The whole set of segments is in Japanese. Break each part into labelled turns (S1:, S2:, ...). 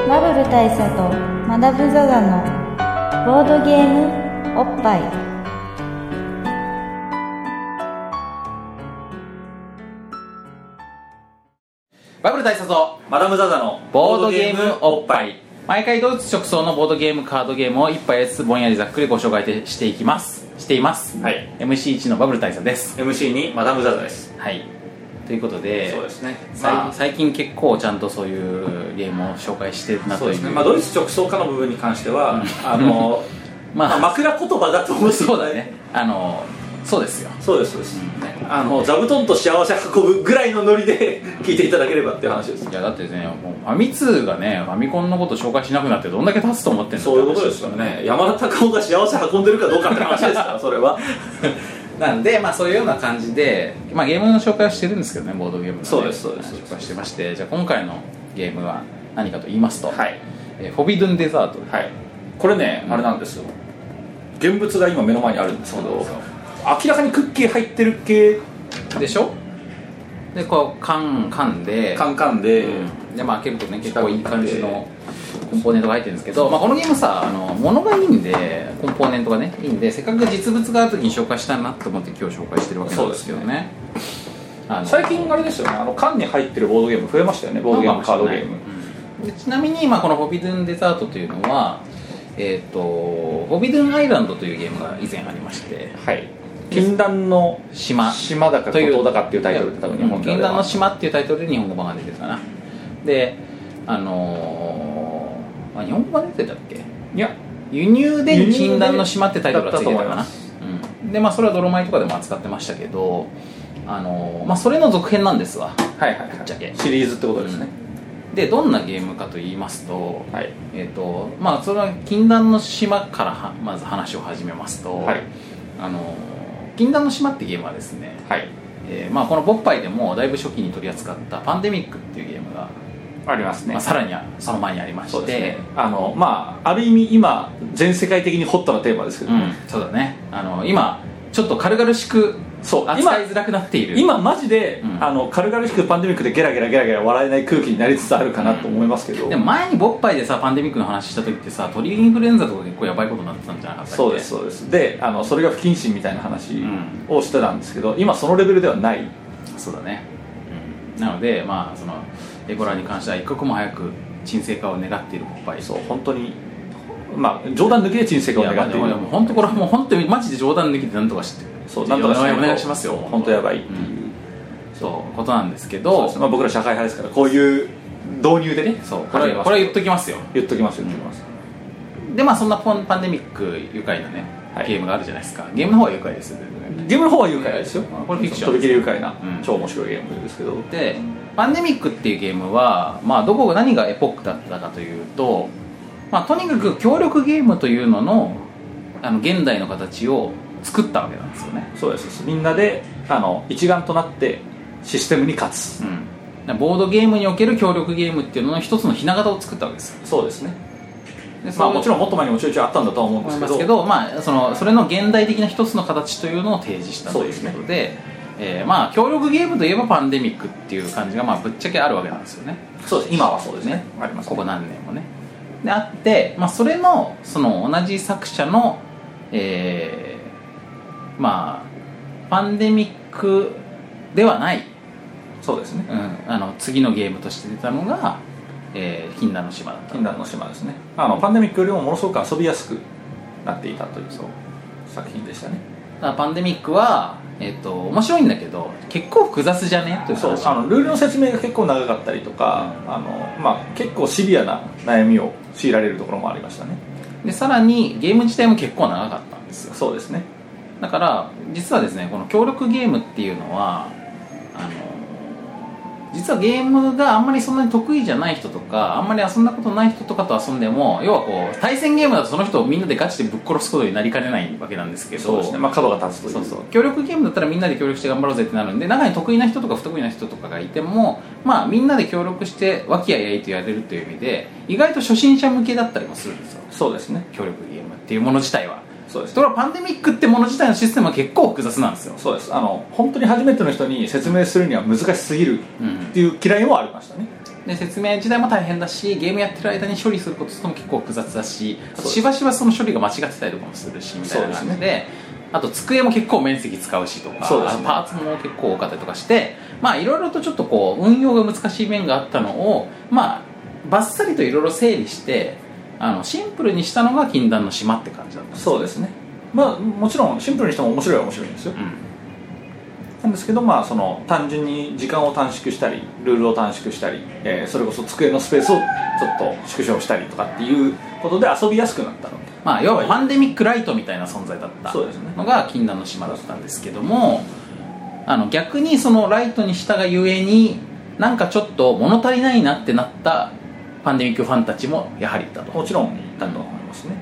S1: 大佐とマダム・ザ・ザのボードゲームおっぱい
S2: バイブル大佐と
S3: マダム・ザ・ザの
S2: ボードゲームおっぱい毎回ドイツ直送のボードゲームカードゲームを一杯ずつぼんやりざっくりご紹介てしていきますしています、
S3: はい
S2: MC1 のバブル大佐です
S3: MC にマダム・ザ・ザです、
S2: はいということで
S3: そうですね
S2: さい
S3: まあ
S2: 最近結構ちゃんとそういうゲームを紹介してるな
S3: そ
S2: とい
S3: うで
S2: う
S3: すね、まあ、ドイツ直送化の部分に関しては、あの、
S2: まあ
S3: まあ、枕言葉だと思ってい た
S2: そう
S3: だ
S2: だ
S3: いて
S2: ねあのそうですよ
S3: そうですそうです、あの座布団と幸せ運ぶぐらいのノリで 聞いていただければっていう話です
S2: いやだってねもうファミ通がねファミコンのこと紹介しなくなってどんだけ経つと思ってんの
S3: そういうことですよね山田隆夫が幸せ運んでるかどうかって話です からそれは
S2: なんで、まあ、そういうような感じで、まあ、ゲームの紹介をしてるんですけどねボードゲームのね、
S3: そうですそうです
S2: 紹介してましてじゃあ今回のゲームは何かと言いますと、
S3: はい
S2: えーフォビドゥンデザート
S3: はいこれね、
S2: うん
S3: あれなんですよ現物が今目の前にあるんですけど明らかにクッキー入ってる系
S2: でしょでこう缶缶で
S3: カンカンで、
S2: うんでまあ開けるとね結構いい感じのコンポーネントが入ってるんですけど、まあ、このゲームさあの物がいいんでコンポーネントがねいいんでせっかく実物がある時に紹介したいなと思って今日紹介してるわけなんですけどねあの
S3: 最近あれですよねあの缶に入ってるボードゲーム増えましたよねボードゲームカードゲーム、
S2: でちなみに、まあ、この「フォビドゥンデザート」というのはえっ、と「フォビドゥンアイランド」というゲームが以前ありまして
S3: はい禁断の
S2: 島
S3: 島だか
S2: と
S3: 孤
S2: いう
S3: 島だかっていうタイトルで多分日本
S2: うん
S3: では
S2: 銀河の島」っていうタイトルで日本語版が出てるかなであのーあ日本語版出てたっけ
S3: いや
S2: 輸入で
S3: 輸入で
S2: 禁断の島ってタイトルがついてたか
S3: だ
S2: な
S3: ったと
S2: うんでまあそれは泥米とかでも扱ってましたけどあのーまあそれの続編なんですわ
S3: はいはいはい
S2: っちゃけ
S3: シリーズってことですね、
S2: でどんなゲームかと言いますと
S3: はい
S2: えーとまあ、それは禁断の島からはまず話を始めますと、
S3: はい
S2: あの禁断の島ってゲームはですね、
S3: はい
S2: えーまあ、この「ボッパイ」でもだいぶ初期に取り扱った「パンデミック」っていうゲームが、
S3: ありますね、
S2: まあ、さらにはその前にありまして
S3: そうですねあのまあある意味今全世界的にホットなテーマですけど
S2: う
S3: ね
S2: ん、、そうだねあの今ちょっと軽々しく
S3: そう今
S2: 扱いづらくなっている
S3: 今マジで、
S2: うん
S3: あの軽々しくパンデミックでゲラゲラゲラゲラ笑えない空気になりつつあるかなと思いますけど、
S2: でも前に「ボッパイ」でさパンデミックの話した時ってさ鳥インフルエンザとか結構やばいことになってたんじゃなかったっけ
S3: そうですそうですであのそれが不謹慎みたいな話をしてたんですけど、今そのレベルではない
S2: そうだね、うん、なのでまあそのエボラに関しては一刻も早く沈静化を願っているポッパイ
S3: そう本当にまあ冗談抜きで人生
S2: い
S3: が
S2: やま
S3: 願
S2: あ
S3: っ
S2: で
S3: てい
S2: もで
S3: る
S2: も本当これはもう本当にマジで冗談抜きでなんとかして
S3: そう
S2: な
S3: なんん
S2: と
S3: と
S2: か
S3: か
S2: し
S3: しない
S2: お
S3: と
S2: 願いしますよ
S3: 本当やばいっていううん
S2: そうことなんですけ
S3: そう
S2: ど
S3: ですねまあ、僕ら社会派ですからこういう導入でね
S2: そうこれはこれは言っときますよ
S3: 言っときます言っときます、
S2: でまあそんなポンパンデミック愉快なね
S3: はい
S2: ゲームがあるじゃないですかゲームの方は愉快ですよね
S3: ゲームの方は愉快ですよ
S2: これフィクション
S3: とびきり愉快な、
S2: うん
S3: 超面白いゲームですけど
S2: でパンデミックっていうゲームは、まあ、どこが何がエポックだったかというと、まあ、とにかく協力ゲームというののあの現代の形を作ったわけなんですよね、
S3: そうですみんなであの一丸となってシステムに勝つ
S2: うん、だからボードゲームにおける協力ゲームっていうのの一つのひな形を作ったわけですよ
S3: そうですね
S2: でそ
S3: ま
S2: れ
S3: あ
S2: を
S3: もちろんもっと前にもちょいちょいあったんだとは思うんで
S2: 思い
S3: すけ
S2: ます
S3: ど
S2: けど、まあ、そのそれの現代的な一つの形というのを提示したということ
S3: そ
S2: でえーまあ、協力ゲームといえばパンデミックっていう感じが、まあ、ぶっちゃけあるわけなんですよね
S3: そうです今はそうですねあります
S2: こ
S3: ね
S2: こ何年もねであって、まあ、それのその同じ作者のえーまあパンデミックではない、
S3: そうですね
S2: うん、あの次のゲームとして出たのが「えー、禁断の島」だった
S3: 禁断の島ですねあのパンデミックよりもものすごく遊びやすくなっていたというそう作品でしたね
S2: だからパンデミックは、えっと面白いんだけど結構複雑じゃねという
S3: そう
S2: 話
S3: あのルールの説明が結構長かったりとか、あのまあ、結構シビアな悩みを強いられるところもありましたね
S2: でさらにゲーム自体も結構長かったんですよ
S3: そうですね
S2: だから実はですねこの協力ゲームっていうのはあの実はゲームがあんまりそんなに得意じゃない人とかあんまり遊んだことない人とかと遊んでも要はこう対戦ゲームだとその人をみんなでガチでぶっ殺すことになりかねないわけなんですけど
S3: そうですね、まあ、角が立つという
S2: そうそう協力ゲームだったらみんなで協力して頑張ろうぜってなるんで中に得意な人とか不得意な人とかがいてもまあみんなで協力して和気あいあいとやれるという意味で意外と初心者向けだったりもするんですよ
S3: そうですね
S2: 協力ゲームっていうもの自体は
S3: そうです
S2: ところがパンデミックってもの自体のシステムは結構複雑なんですよ、
S3: そうですあの本当に初めての人に説明するには難しすぎる
S2: うん
S3: っていう嫌いもありましたね、
S2: で説明自体も大変だしゲームやってる間に処理することとも結構複雑だしあ
S3: そう
S2: と
S3: です
S2: しばしばその処理が間違ってたりとかもするしみたいな
S3: そ
S2: 感
S3: うで
S2: じ
S3: す
S2: であと机も結構面積使うしとか、
S3: そうですね
S2: パーツも結構多かったりとかしてまあいろいろとちょっとこう運用が難しい面があったのをまあバッサリといろいろ整理してあのシンプルにしたのが禁断の島って感じだったんです
S3: そうですねまあもちろんシンプルにしても面白いは面白いんです
S2: う
S3: よ
S2: ん
S3: なんですけどまあその単純に時間を短縮したりルールを短縮したり、えーそれこそ机のスペースをちょっと縮小したりとかっていうことで遊びやすくなったので
S2: まあ、要はパンデミックライトみたいな存在だった
S3: そうですね
S2: のが禁断の島だったんですけどもあの逆にそのライトにしたがゆえになんかちょっと物足りないなってなったパンデミックファンたちもやはりいたと
S3: もちろんだと思いますね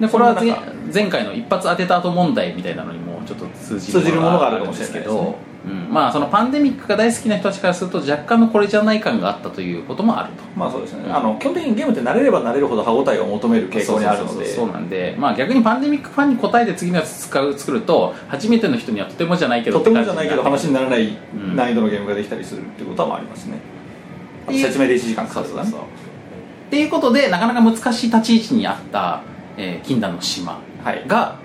S2: でこれは
S3: そんな
S2: 前
S3: 中
S2: 前回の一発当てた後問題みたいなのにもちょっと通じ
S3: 通じるものがあるかもしれないですね
S2: あるんですけど、うん、まあそのパンデミックが大好きな人たちからすると若干のこれじゃない感があったということもあると
S3: まあそうですね、
S2: うん
S3: あの基本的にゲームって慣れれば慣れるほど歯応えを求める傾向にあるの
S2: そ
S3: で
S2: うそうそうそうそうなんで、まあ、逆にパンデミックファンに答えて次のやつ使う作ると初めての人にはとてもじゃないけど
S3: とてもじゃないけど
S2: って感
S3: 話にならない
S2: ん
S3: 難易度のゲームができたりするってことはまあありますね、あと
S2: いい
S3: 説明で1時間
S2: そ
S3: かか
S2: う
S3: ると
S2: そ
S3: か
S2: う
S3: ね
S2: そうっていうことでなかなか難しい立ち位置にあった、えー禁断の島
S3: はい
S2: が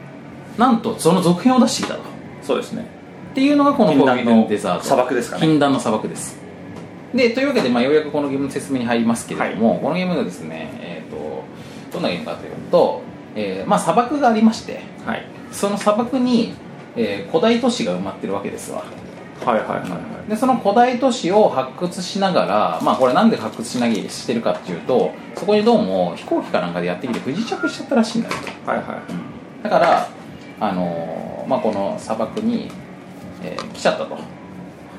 S2: なんとその続編を出してきたとっ
S3: そうですね
S2: ていうのがこの
S3: 禁断の
S2: コーヒーのデザート
S3: 砂漠ですかね
S2: 禁断の砂漠ですでというわけで、まあ、ようやくこのゲームの説明に入りますけれども、このゲームのですね、えー、とどんなゲームかというと、えーまあ、砂漠がありまして
S3: はい
S2: その砂漠に、えー古代都市が埋まってるわけですわ
S3: はいはいはいはい、
S2: でその古代都市を発掘しながらまあこれなんで発掘しなきゃしてるかっていうとそこにどうも飛行機かなんかでやってきて不時着しちゃったらしいんだよ
S3: はいはい
S2: だからあのーまあこの砂漠に、えー来ちゃったと、
S3: は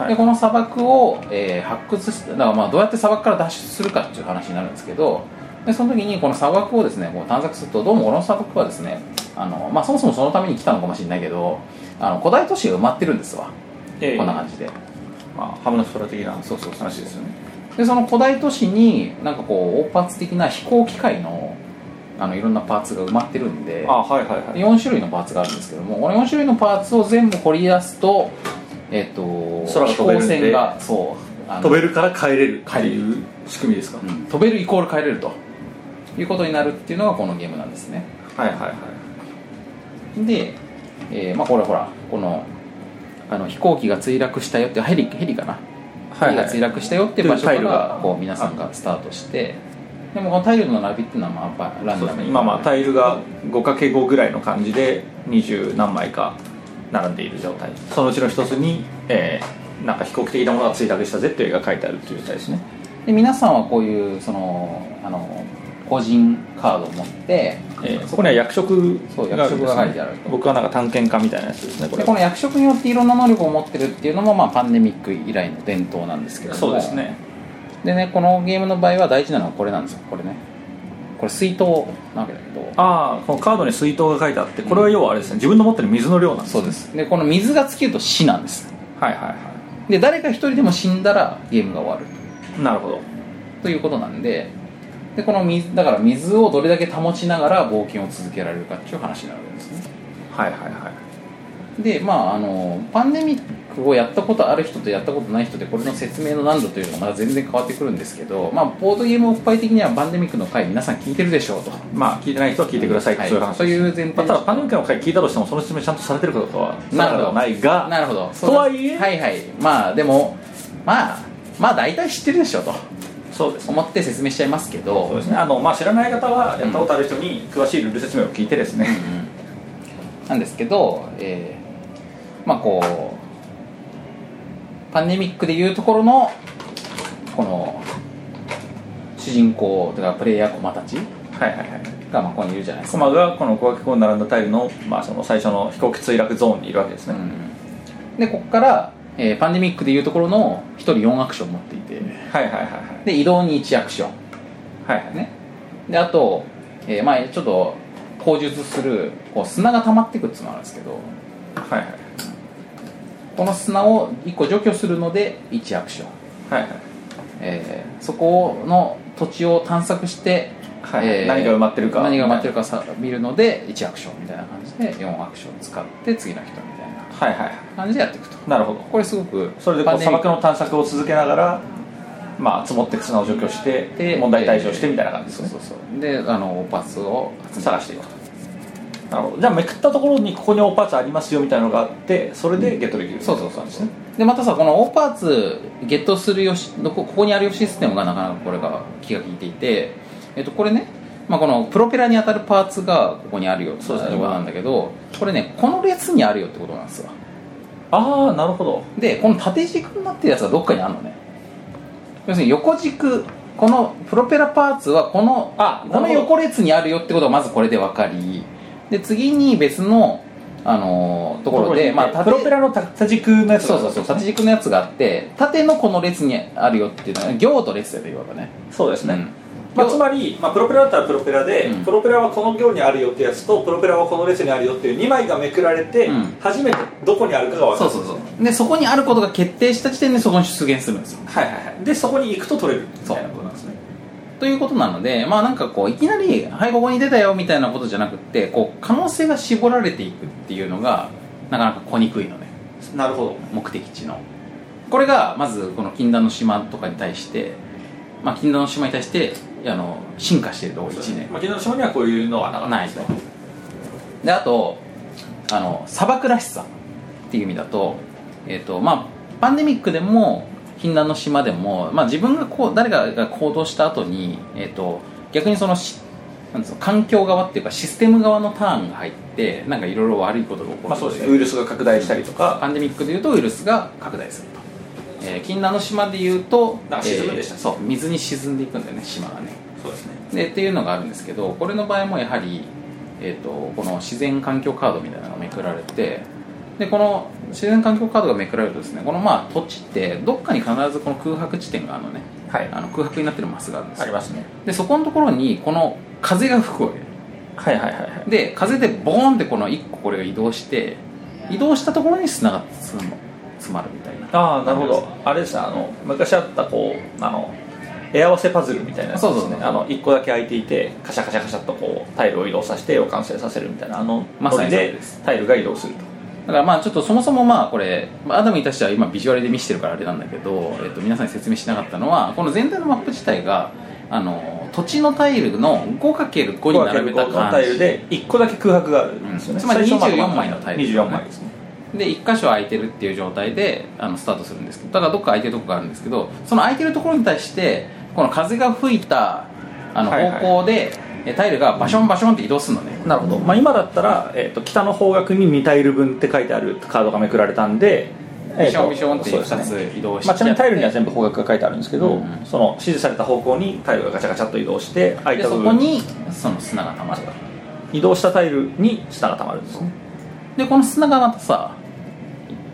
S3: い
S2: でこの砂漠を、えー発掘しだからまあどうやって砂漠から脱出するかっていう話になるんですけどでその時にこの砂漠をですねこう探索するとどうもこの砂漠はですねあの、まあ、そもそもそのために来たのかもしれないけどあの古代都市が埋まってるんですわ
S3: ええ
S2: こんな感じで
S3: まあ、ハムのストラ的な話
S2: そうそうそう
S3: ですよね
S2: でその古代都市になんかこう大発的な飛行機械のあのいろんなパーツが埋まってるんで
S3: あはいはいはい
S2: 4種類のパーツがあるんですけどもこの4種類のパーツを全部掘り出すと,、えっと
S3: 空が飛べるんで
S2: 飛行船がそうあの
S3: 飛べるから帰れるって
S2: 帰れる
S3: いう仕組みですか、
S2: うん飛べるイコール帰れるということになるっていうのがこのゲームなんですね
S3: はいはいはい
S2: で、えーまあ、これほらこのあの飛行機が墜落したよってヘリヘリかな
S3: はいはい
S2: ヘリが墜落したよっていう場所か
S3: というタイルが
S2: らこう皆さんがスタートしてでもこのタイルの並びっていうのはまあやっぱラン
S3: そう
S2: ダ
S3: です
S2: ム
S3: ね
S2: に
S3: 今まあタイルが 5×5 ぐらいの感じで二十何枚か並んでいる状態そのうちの一つに、えーなんか飛行機的なものが墜落したぜっていう絵が書いてあるっていう状態ですね
S2: で皆さんはこういうそのあの個人カードを持って
S3: えーここには役職
S2: そう
S3: がある
S2: 役職
S3: んです、ね、
S2: が書いてあると
S3: 僕はなんか探検家みたいなやつですねこれ
S2: でこの役職によっていろんな能力を持ってるっていうのも、まあ、パンデミック以来の伝統なんですけれども
S3: そうですね
S2: でねこのゲームの場合は大事なのはこれなんですよこれねこれ水筒なわけだけど
S3: ああこのカードに水筒が書いてあってこれは要はあれですね自分の持ってる水の量なんです
S2: そうですでこの水が尽きると死なんです
S3: はいはいは
S2: で誰か一人でも死んだらゲームが終わる
S3: いなるほど
S2: ということなんででこの水だから水をどれだけ保ちながら冒険を続けられるかっていう話になるわけですね
S3: はいはいはい
S2: でまああのパンデミックをやったことある人とやったことない人でこれの説明の難度というのがまだ全然変わってくるんですけどまあボードゲームオフ会的にはパンデミックの回皆さん聞いてるでしょうと
S3: まあ聞いてない人は聞いてください、
S2: はい
S3: そういう話
S2: そういう前提
S3: まあただパンデミックの回聞いたとしてもその説明ちゃんとされてるかどうかは
S2: なるほど
S3: 定かではないが
S2: なるほど
S3: とはいえ
S2: はいはいまあでもまあまあ大体知ってるでしょうと
S3: そうですね
S2: 思って説明しちゃいますけ
S3: そう
S2: ど
S3: ですねあの、まあ、知らない方はやったことある人に詳しいルール説明を聞いてですね、
S2: なんですけど、えーまあこうパンデミックでいうところのこの主人公とかプレイヤー駒たち
S3: はいはいはい
S2: がまあここにいるじゃないです
S3: コ
S2: か、
S3: マがこの小垣に並んだタイルの,、まあその最初の飛行機墜落ゾーンにいるわけです
S2: う
S3: ね、
S2: んでここから、えーパンデミックでいうところの1人4アクション持っていて
S3: はいはいはいはい
S2: で移動に1アクション
S3: はいはい
S2: ね、であと、えーまあ、ちょっと口述するこう砂が溜まっていくっていうのがあるんですけど
S3: はいはい
S2: この砂を1個除去するので1アクション、
S3: はいはい
S2: えーそこの土地を探索して、
S3: はい
S2: えー
S3: 何が埋まってるか
S2: 何が埋まってるかさ見るので1アクションみたいな感じで4アクション使って次の人みたいな
S3: はいはいは
S2: 感じでやっていくと
S3: いなるほど
S2: これすごく
S3: それでこ
S2: パ
S3: う
S2: ンデミ
S3: 砂
S2: ック
S3: 漠の探索を続けながらまあ積もって砂を除去して
S2: で
S3: 問題対処してみたいな感じですね
S2: そうそうそうであのパスを集め
S3: 探していくとなるほどじゃあめくったところにここにオーパーツありますよみたいなのがあってそれでゲットできる
S2: そうそうそう
S3: で
S2: そ
S3: す
S2: う
S3: ね
S2: でまたさこのオーパーツゲットするよしのこここにあるよシステムがなかなかこれが気が利いていて、えっと、これね、まあ、このプロペラに当たるパーツがここにあるよって
S3: そうですね
S2: ところなんだけどこれねこの列にあるよってことなんですよ
S3: ああなるほど
S2: でこの縦軸になってるやつがどっかにあるのね要するに横軸このプロペラパーツはこの
S3: あ
S2: この横列にあるよってことがまずこれで分かりで次に別の、あのーところで、まあ、
S3: まあ、プロペラの縦軸のやつ
S2: そうそうそう縦軸のやつがあって縦のこの列にあるよっていうのは行と列だというわけね
S3: そうですね、
S2: うん
S3: まあ、つまり、まあ、プロペラだったらプロペラで、
S2: うん
S3: プロペラはこの行にあるよってやつとプロペラはこの列にあるよっていう2枚がめくられて、
S2: うん
S3: 初めてどこにあるかが分か
S2: そ
S3: る
S2: うそうそうでそこにあることが決定した時点でそこに出現するんですよ
S3: はいはいはいでそこに行くと取れるみ
S2: そう
S3: たいなことなんですね
S2: ということなのでまあなんかこういきなり「はいここに出たよ」みたいなことじゃなくってこう可能性が絞られていくっていうのがなかなか来にくいのね
S3: なるほど
S2: 目的地のこれがまずこの禁断の島とかに対してまあ禁断の島に対してあの進化してるとこ1年
S3: まあ、昨日の島にはこういうのはなかった
S2: ないとであとあの砂漠らしさっていう意味だと,、えっとまあ、パンデミックでも禁断の島でも、まあ、自分がこう誰かが行動した後に、えっと逆にそのしなんつうの環境側っていうかシステム側のターンが入ってなんかいろいろ悪いことが起こる
S3: まあ、そうですねウイルスが拡大したりとか、
S2: パンデミックでいうとウイルスが拡大すると、えー禁断の島でいうと
S3: なんか沈むんでした
S2: えーそう水に沈んでいくんだよね島がね
S3: そうですね
S2: でっていうのがあるんですけどこれの場合もやはり、えー、とこの自然環境カードみたいなのがめくられてでこの自然環境カードがめくられるとですねこのまあ土地ってどっかに必ずこの空白地点があるのね
S3: はい
S2: あの空白になってるマスがあるんですよ
S3: ますね
S2: でそこのところにこの風が吹くわけ
S3: はいはいはいはい
S2: で風でボーンってこの1個これが移動して移動したところに砂が詰む詰まるみたいな
S3: ああなるほどあれですねあの昔あったこうあの絵合わせパズルみたいなやつですね
S2: そうそうそう
S3: あの1個だけ空いていてカシャカシャカシャっとこうタイルを移動させて絵を完成させるみたいなあの
S2: まさに
S3: ノ
S2: そう
S3: リで
S2: です
S3: タイルが移動すると
S2: だからまあちょっとそもそもまあこれまあアダムに対しては今ビジュアルで見せてるからあれなんだけど、えっと、皆さんに説明しなかったのはこの全体のマップ自体があの土地のタイルの 5×5 に並べた
S3: この
S2: 感
S3: タイル
S2: じ
S3: で1個だけ空白があるんですよね、
S2: うんつまり
S3: 最初
S2: 24枚のタイル
S3: 24枚ですね
S2: で1箇所空いてるっていう状態であのスタートするんですけどだからどっか空いてるとこがあるんですけどその空いてるところに対してこの風が吹いたあの
S3: はいはい
S2: 方向で、えタイルがバションバションって移動するのね
S3: なるほど、まあ、今だったら、えー、と北の方角に2タイル分って書いてあるカードがめくられたんで、
S2: ビションビションって
S3: そうです
S2: 2つ移動して
S3: まあ、ちなみにタイルには全部方角が書いてあるんですけど、
S2: うんうん
S3: その指示された方向にタイルがガチャガチャっと移動して空い
S2: で
S3: た
S2: そ
S3: 部
S2: こ
S3: 分
S2: にその砂が溜まると
S3: 移動したタイルに砂がたまるんですね
S2: でこの砂がまたさ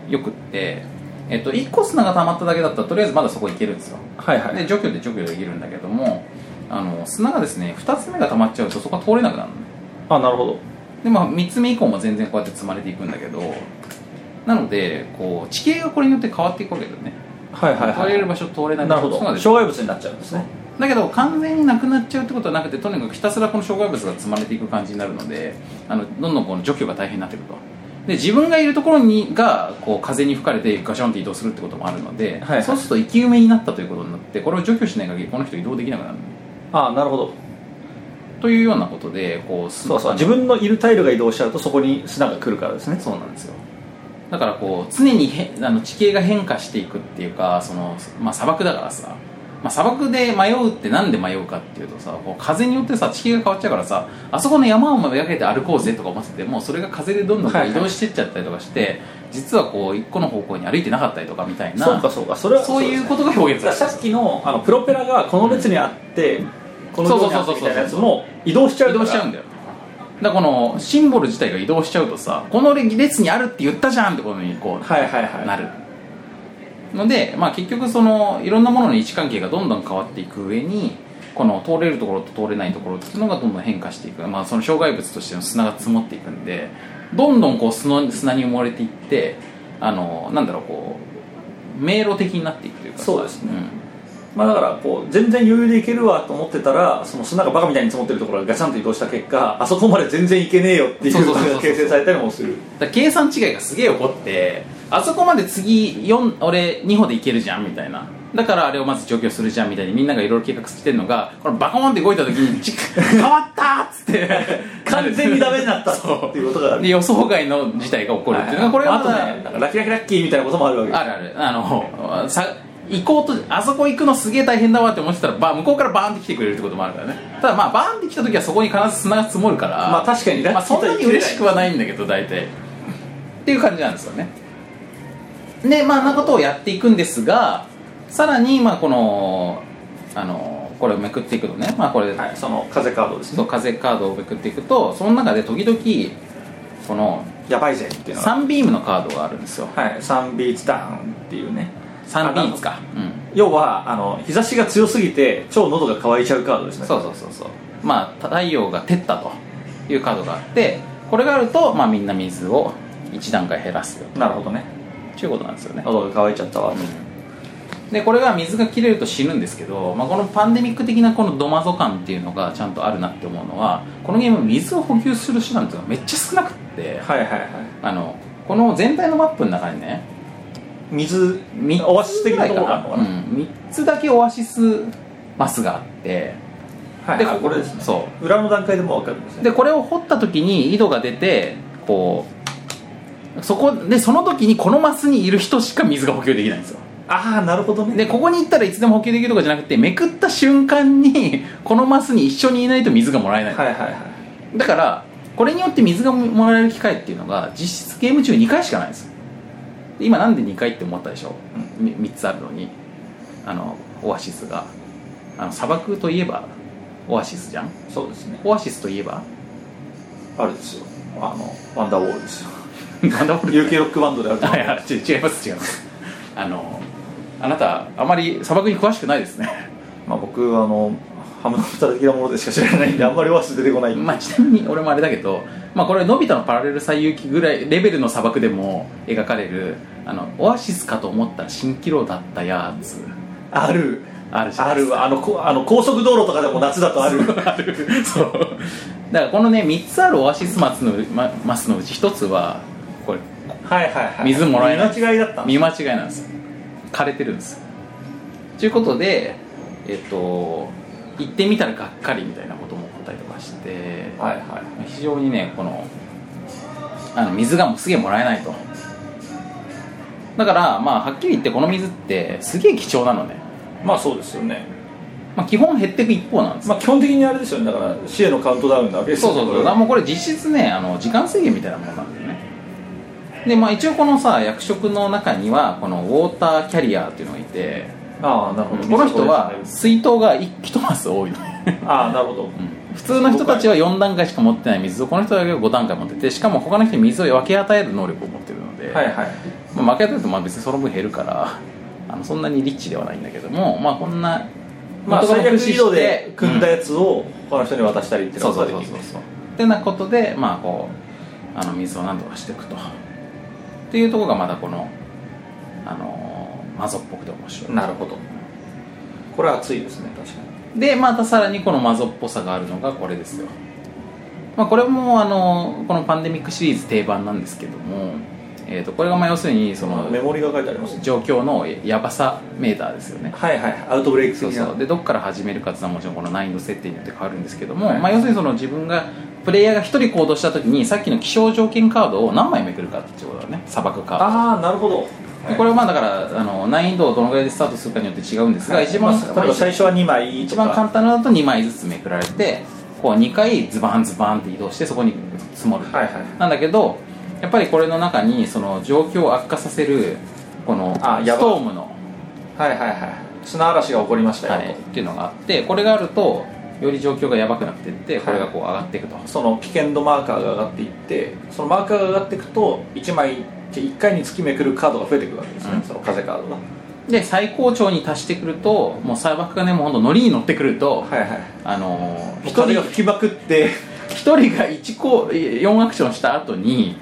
S2: よくって、えっと、1個砂が溜まっただけだったらとりあえずまだそこ行けるんですよ
S3: はいは
S2: で除去で除去できるんだけどもあの砂がですね2つ目が溜まっちゃうとそこは通れなくなるのね
S3: あなるほど
S2: でまあ3つ目以降も全然こうやって積まれていくんだけどなのでこう地形がこれによって変わっていくわけだよね、
S3: はいはい
S2: 通
S3: は
S2: れる
S3: い
S2: 場所通れない
S3: なるほ
S2: 場所
S3: ど
S2: とかで
S3: 障害物になっちゃうんですね
S2: だけど完全になくなっちゃうってことはなくてとにかくひたすらこの障害物が積まれていく感じになるのであのどんどんこの除去が大変になってくるとで自分がいるところにがこう風に吹かれてガションって移動するってこともあるので、
S3: はい
S2: そうすると生き埋めになったということになってこれを除去しない限りこの人移動できなくなる
S3: あなるほど
S2: というようなことでこう
S3: そうそう
S2: あの
S3: 自分のいるタイルが移動しちゃうとそこに砂が来るからですね
S2: そうなんですよだからこう常にへあの地形が変化していくっていうかその、まあ、砂漠だからさ、まあ、砂漠で迷うってなんで迷うかっていうとさこう風によってさ地形が変わっちゃうからさあそこの山をめがけて歩こうぜとか思っててもそれが風でどんどんこ
S3: は
S2: う
S3: い
S2: 移
S3: はい
S2: 動してっちゃったりとかして、実はこう一個の方向に歩いてなかったりとかみたいな
S3: そうかそうかそれは
S2: そういう
S3: と
S2: ことが表現さ
S3: だ
S2: れ
S3: か
S2: て
S3: ら
S2: る
S3: さっきのあのプロペラがこの列にあって、この列にあってみたいなやつも移動しちゃう
S2: 移動しちゃうんだよだからこのシンボル自体が移動しちゃうとさこの列にあるって言ったじゃんってことにこう
S3: はいはいはい
S2: なるので、まあ、結局そのいろんなものの位置関係がどんどん変わっていく上にこの通れるところと通れないところっていうのがどんどん変化していく、まあ、その障害物としての砂が積もっていくんでどんどんこう砂砂に埋もれていってあのなんだろうこう迷路的になっていくというかさ
S3: そうですね
S2: ん
S3: まあ、だからこう全然余裕でいけるわと思ってたらその砂がバカみたいに積もってるところがガチャンと移動した結果あそこまで全然いけねえよってい
S2: そう
S3: う
S2: そう
S3: の
S2: そうそう
S3: が形成されたりもする
S2: だから計算違いがすげえ起こってあそこまで次4俺2歩で行けるじゃんみたいなだからあれをまず除去するじゃんみたいにみんながいろいろ計画してるのがこのバコーンって動いた時 にチッ変わったーっつって
S3: 完全にダメになった
S2: そう
S3: っていうことがある
S2: で予想外の事態が起こるっていうのがこれは
S3: あとねなんかラキラキラッキーみたいなこともあるわけ
S2: あるあるあのさ行こうとあそこ行くのすげえ大変だわって思ってたらば向こうからバーンって来てくれるってこともあるからねただまあバーンって来た時はそこに必ず砂が積もるから
S3: まあ確かにラッキー
S2: まあ、そんなに嬉しくはないんだけど大体っていう感じなんですよねでまああんなことをやっていくんですがさらにまあこのあのこれをめくっていくのねまあこれ、
S3: はい、その風カードです
S2: そう
S3: ね
S2: 風カードをめくっていくとその中で時々この
S3: やばいぜっていうのは
S2: サンビームのカードがあるんですよ
S3: はいサンビーズダウンっていうね
S2: サンビームかうん
S3: 要はあの日差しが強すぎて超喉が渇いちゃうカードですね
S2: そうそうそうそうまあ太陽が照ったというカードがあってこれがあると、まあ、みんな水を1段階減らすよ
S3: なるほどね
S2: ということなんですよね
S3: 喉が渇いちゃったわ
S2: でこれが水が切れると死ぬんですけど、まあ、このパンデミック的なこのドマゾ感っていうのがちゃんとあるなって思うのはこのゲーム水を補給する手段っていうのがめっちゃ少なくって
S3: はいはいはい
S2: あのこの全体のマップの中にね
S3: 水
S2: 3
S3: オアシス
S2: つ
S3: 的
S2: ぐら
S3: ないと
S2: か
S3: ころがあ
S2: な
S3: るの
S2: う
S3: か
S2: ん、
S3: な、
S2: 3つだけオアシスマスがあって
S3: はい
S2: で
S3: あ
S2: こ
S3: これですね
S2: そう
S3: 裏の段階でもう分かるんですね
S2: でこれを掘った時に井戸が出てこうそこでその時にこのマスにいる人しか水が補給できないんですよ
S3: ああなるほどね
S2: でここに行ったらいつでも補給できるとかじゃなくてめくった瞬間にこのマスに一緒にいないと水がもらえない、
S3: はいはいはい
S2: だからこれによって水がもらえる機会っていうのが実質ゲーム中2回しかないんですよで今なんで2回って思ったでしょ、う3つあるのにあのオアシスがあの砂漠といえばオアシスじゃん
S3: そうですね
S2: オアシスといえば
S3: あれですよあのワンダーウォールですよ
S2: なんだこれ
S3: UK ロックバンドであると
S2: はいはい、ち違います違いますあのあなたあまり砂漠に詳しくないですね
S3: まあ僕はあのハムの豚的なものでしか知らないんであんまりオアシス出てこない
S2: まあちなみに俺もあれだけど、まあ、これ「のび太のパラレル最遊記」ぐらいレベルの砂漠でも描かれるあのオアシスかと思ったら蜃気楼だったやつ
S3: ある
S2: あるじゃない
S3: あ
S2: です
S3: る
S2: か
S3: あのこあの高速道路とかでも夏だとある
S2: あるそうだからこのね3つあるオアシス松の、ま、マスのうち1つはこれ
S3: はいはいはい
S2: 水もらえない
S3: 見間違いだった
S2: 見間違いなんですよ枯れてるんですよということでえっと行ってみたらがっかりみたいなことも起こったりとかして
S3: はいはい
S2: 非常にねこのあの水がもうすげえもらえないとだからまあはっきり言ってこの水ってすげえ貴重なのね、
S3: まあそうですよね
S2: まあ、基本減っていく一方なんですよ
S3: まあ基本的にあれですよねだから死へのカウントダウンなわけです
S2: そ
S3: よ
S2: うそう
S3: こ
S2: そ
S3: れ
S2: う
S3: は
S2: もうこれ実質ねあの時間制限みたいなものなんだよねでまあ一応このさ役職の中にはこのウォーターキャリアーっていうのがいて
S3: ああなるほど
S2: この人は水筒が一一マス多いの ね
S3: ああなるほど
S2: 普通の人たちは4段階しか持ってない水をこの人だけは5段階持っててしかも他の人に水を分け与える能力を持ってるので、
S3: はいはい
S2: まあ、負け与えるとまあ別にその分減るからあのそんなにリッチではないんだけどもまあこんな
S3: まあ
S2: 元
S3: 最
S2: 々
S3: 悪
S2: 駆使
S3: 移
S2: して
S3: 動で組んだやつを他の人に渡したりっていう
S2: そ
S3: の
S2: うそ
S3: が
S2: う
S3: で
S2: そ
S3: き
S2: う
S3: る
S2: そうそうってなことでまあこうあの水をなんとかしていくとっていうところがまだこのあのーマゾっぽくて面白い
S3: なるほどこれは熱いですね確か
S2: でまたさらにこのマゾっぽさがあるのがこれですよ、まあ、これもあのこのパンデミックシリーズ定番なんですけども、えー、とこれがまあ要するにそ
S3: に
S2: の
S3: メモリが書いてありますね
S2: 状況のやばさメーターですよね
S3: はいはいアウトブレイク
S2: そう
S3: 的な
S2: そうでどこから始めるかっていうのはもちろんこの難易度設定によって変わるんですけども、
S3: はい
S2: まあ、要するにその自分がプレイヤーが1人行動した時にさっきの気象条件カードを何枚めくるかっていうことだね砂漠カード
S3: ああなるほど
S2: でこれはまあだからあの難易度をどのぐらいでスタートするかによって違うんですが、
S3: はい
S2: 一番、
S3: まあ例えば最初は2枚
S2: 一
S3: と
S2: 番
S3: か
S2: 簡単なのだと2枚ずつめくられてこう2回ズバンズバンって移動してそこに積もる、
S3: はいはい
S2: なんだけどやっぱりこれの中にその状況を悪化させるこの
S3: あや
S2: ス
S3: ば
S2: トームの、
S3: はいはいはい砂嵐が起こりましたよ
S2: は
S3: と、
S2: い、っていうのがあってこれがあるとより状況がやばくなっていってこれがこう上がっていくと、
S3: その危険度マーカーが上がっていってそのマーカーが上がっていくと1枚1回につきめくるカードが増えていくわけですね、
S2: うん
S3: その風カードがは
S2: で最高潮に達してくるともう砂漠がねもうほんとノリに乗ってくると、
S3: いはい
S2: あのー、
S3: もう
S2: 一
S3: 風
S2: 人
S3: が吹きまくって
S2: 一人が1個4アクションした後に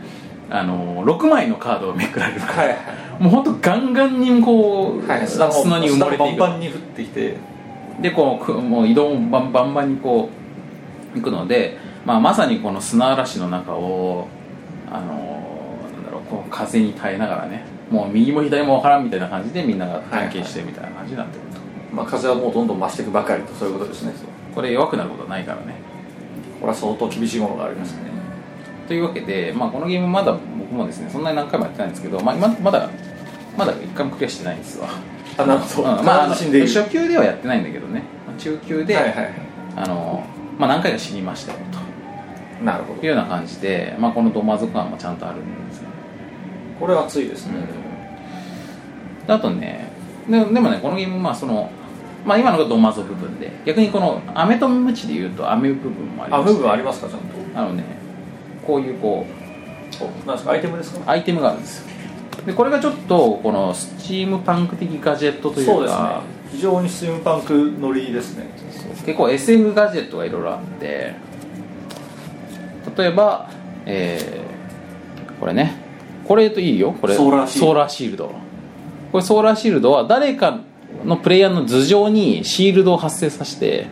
S2: あのー、6枚のカードをめくられるから
S3: はいはい
S2: もうほんとガンガンにこう、
S3: はい
S2: 砂砂に埋もれてい
S3: 砂がバンバ
S2: く
S3: ンに降ってきて
S2: でこうくもう移動もバンバンバンにこう行くので、まあ、まさにこの砂嵐の中をあのーなんだろうこう風に耐えながらねもう右も左も分からんみたいな感じでみんなが関係してみたいな感じになってると、
S3: まあ、風はもうどんどん増していくばかりとそういうことですね
S2: これ弱くなることはないからね
S3: これは相当厳しいものがありますね
S2: というわけで、まあ、このゲームまだ僕もですねそんなに何回もやってないんですけど、まあ、今まだまだ一回もクリアしてないんですわ、
S3: あなるほ
S2: うん
S3: ど、
S2: まああの
S3: 必ず死んでいる
S2: 初級ではやってないんだけどね中級で、
S3: はいはいは
S2: あのまあ、何回か死にましたよと
S3: いなるほど
S2: いうような感じで、まあ、このドマゾ感もちゃんとあるんですね
S3: これは熱いですね、
S2: あとねででもねこのゲームまあそのまあ今のがドマゾ部分で逆にこの飴とムチでいうと飴部分もありま
S3: あ
S2: す
S3: 部分ありますかちゃんと
S2: あのねこういうこ
S3: おなんですかアイテムですか
S2: うアイテムがあるんですよでこれがちょっとこのスチームパンク的ガジェットというか
S3: そうですね非常にスチームパンク乗りですね
S2: 結構 SF ガジェットがいろいろあって例えば、えーこれねこれといいよこれ
S3: ソーラーシールド
S2: シールドこれソーラーシールドは誰かのプレイヤーの頭上にシールドを発生させて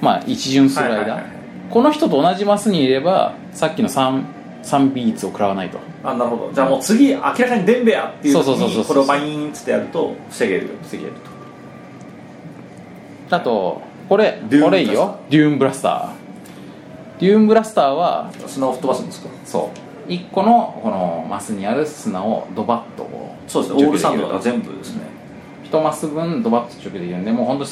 S2: まあ一巡する間、
S3: はいはいはいはい
S2: この人と同じマスにいればさっきの 3, 3ビーツを食らわないと
S3: あなるほどじゃあもう次明らかにでんべやっていう時
S2: そうそうそうそう
S3: にこれをバイーンっつってやると防げる
S2: 防げるとあとこれ
S3: デュー
S2: こ
S3: ンブラスター
S2: れいいよデューンブラスターデューンブラスターは
S3: 砂を吹っ飛ばすんですか
S2: そう1個のこのマスにある砂をドバッとこう
S3: そうですねオールサンドが全部ですね
S2: 1マス分ドバッと除去できるんでもう本当つ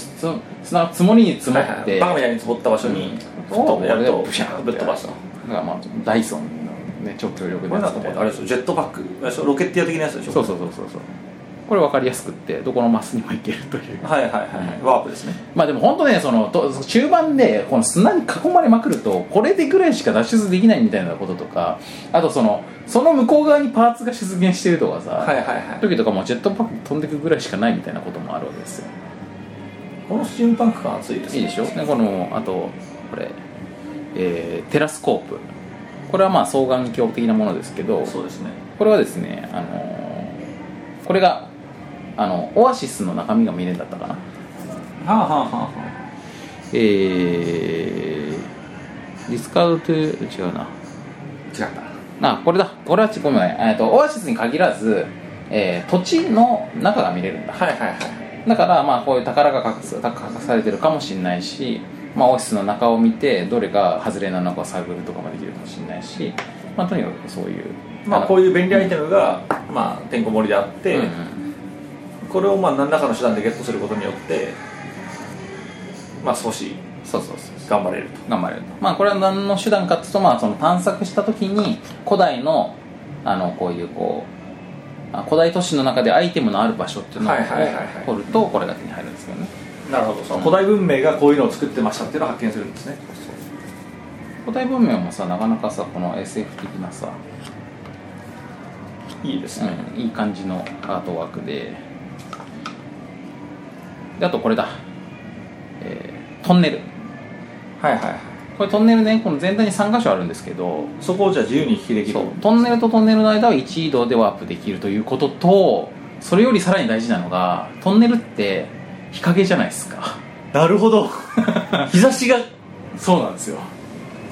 S2: 砂が積もりに積も
S3: はい
S2: っ
S3: はい
S2: て、
S3: バカみたいに積もった場所に吹っ飛ぶやる
S2: うん
S3: と
S2: ブシャーン
S3: ぶっ飛ばすと
S2: だからまあダイソンのね直径力
S3: これなんかもうあれですよジェットパックあれでしょロケット屋的なやつでしょ
S2: そうそうそうそうそうこれ分かりやすくってどこのマスにもいけるという
S3: はいはいはいはいワープですね
S2: まあでも本当ねそのと中盤でこの砂に囲まれまくるとこれでぐらいしか脱出できないみたいなこととかあとそのその向こう側にパーツが出現してるとかさ、
S3: はいはいはい
S2: 時とかもうジェットパック飛んでくぐらいしかないみたいなこともあるわけですよ
S3: このスチームパンク感熱いです
S2: いいでしょねこのあとこれ、えーテラスコープこれはまあ双眼鏡的なものですけど
S3: そうですね
S2: これはですね、あのーこれがあのオアシスの中身が見れだったかな
S3: はあはあはあは
S2: えー、ディスカウト違うな
S3: あ違った
S2: あこれだこれはごめんえーとオアシスに限らず、えー土地の中が見れるんだ
S3: はいはいはい
S2: だからまあこういう宝が隠す隠されてるかもしれないし、まあ、オフィスの中を見てどれが外れなのかを探るとかもできるかもしれないし、まあ、とにかくそういう
S3: まあこう
S2: い
S3: いう便利アイテムがまあてんこ盛りであって、これをまあ何らかの手段でゲットすることによってまあ少し
S2: そうそうそう
S3: 頑張れると
S2: 頑張れるとまあこれは何の手段かっていうと、まあ、その探索した時に古代のあのこういうこうあ古代都市の中でアイテムのある場所っていうのを
S3: はいはいはいはい
S2: 掘るとこれが手に入るんですけどね
S3: なるほどその古代文明がこういうのを作ってましたっていうのを発見するんですね
S2: 古代文明もさなかなかさこの SF 的なさ
S3: いいですね、
S2: うん、いい感じのアートワークでであとこれだ、えートンネル
S3: はいはいはい
S2: これトンネルねこの全体に3箇所あるんですけど
S3: そこをじゃあ自由に引きできる
S2: そうトンネルとトンネルの間は1移動でワープできるということとそれよりさらに大事なのがトンネルって日陰じゃないですか
S3: なる ほど日差しが
S2: そうなんですよ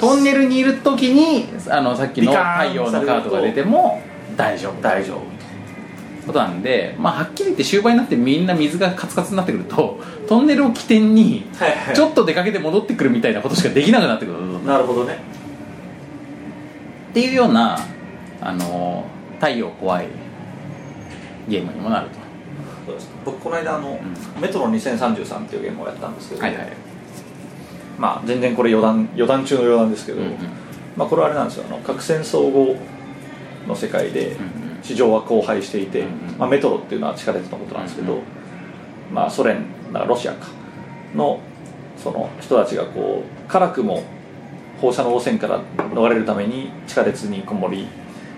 S2: トンネルにいる時にあのさっきの
S3: ビカーン
S2: 太陽のカードが出ても大丈夫
S3: 大丈夫
S2: ことなんで、まあ、はっきり言って終盤になってみんな水がカツカツになってくるとトンネルを起点に
S3: はいは
S2: ちょっと出かけて戻ってくるみたいなことしかできなくなってくるっ
S3: なるほどね
S2: ていうようなあの太陽怖いゲームにもなると
S3: そうです僕この間あの、メトロ2033っていうゲームをやったんですけど、
S2: はいはい
S3: まあ全然これ余談余談中の余談ですけ
S2: う
S3: ど、
S2: んうん
S3: まあ、これはあれなんですよあの核戦争後の世界で
S2: ん
S3: 市場は荒廃していて、
S2: うんうん
S3: まあ、メトロっていうのは地下鉄のことなんですけど、
S2: うんうん
S3: まあ、ソ連だからロシアかのその人たちがこう辛くも放射能汚染から逃れるために地下鉄にこもり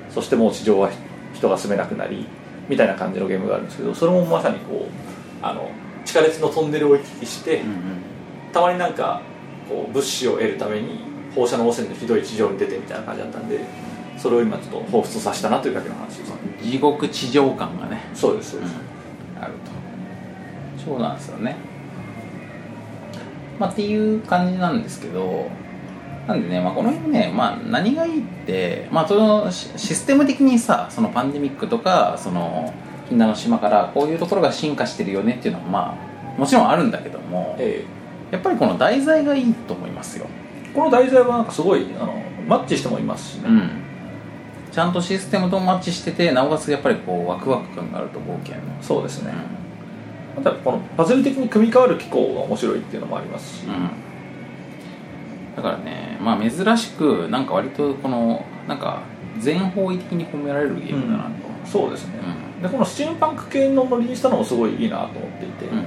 S3: そしてもう地上は人が住めなくなりみたいな感じのゲームがあるんですけどそれもまさにこうあの地下鉄のトンネルを行き来して、
S2: うんうん
S3: たまになんかこう物資を得るために放射能汚染のひどい地上に出てみたいな感じだったんでそれを今ちょっと彷彿とさせたなというだけの話です
S2: 地獄地上感がね
S3: そうですそうです、
S2: あるとそうなんですよねまあっていう感じなんですけどなんでね、まあ、この辺ね、まあ、何がいいって、まあ、そのシシステム的にさそのパンデミックとかその禁断の島からこういうところが進化してるよねっていうのはまあもちろんあるんだけども
S3: え
S2: やっぱりこの題材がいいと思いますよ、
S3: えこの題材はなんかすごいあのマッチしてもいますしね、
S2: うん、ちゃんとシステムとマッチしててなおかつやっぱりこうワクワク感があると冒険の、
S3: そうですね、またこのパズル的に組み替わる機構が面白いっていうのもありますし、
S2: うん、だからねまあ珍しくなんか割とこのなんか全方位的に褒められるゲームだなと、
S3: そうですね、
S2: う
S3: でこのスチームパンク系のノリにしたのもすごいいいなと思っていて、
S2: んうん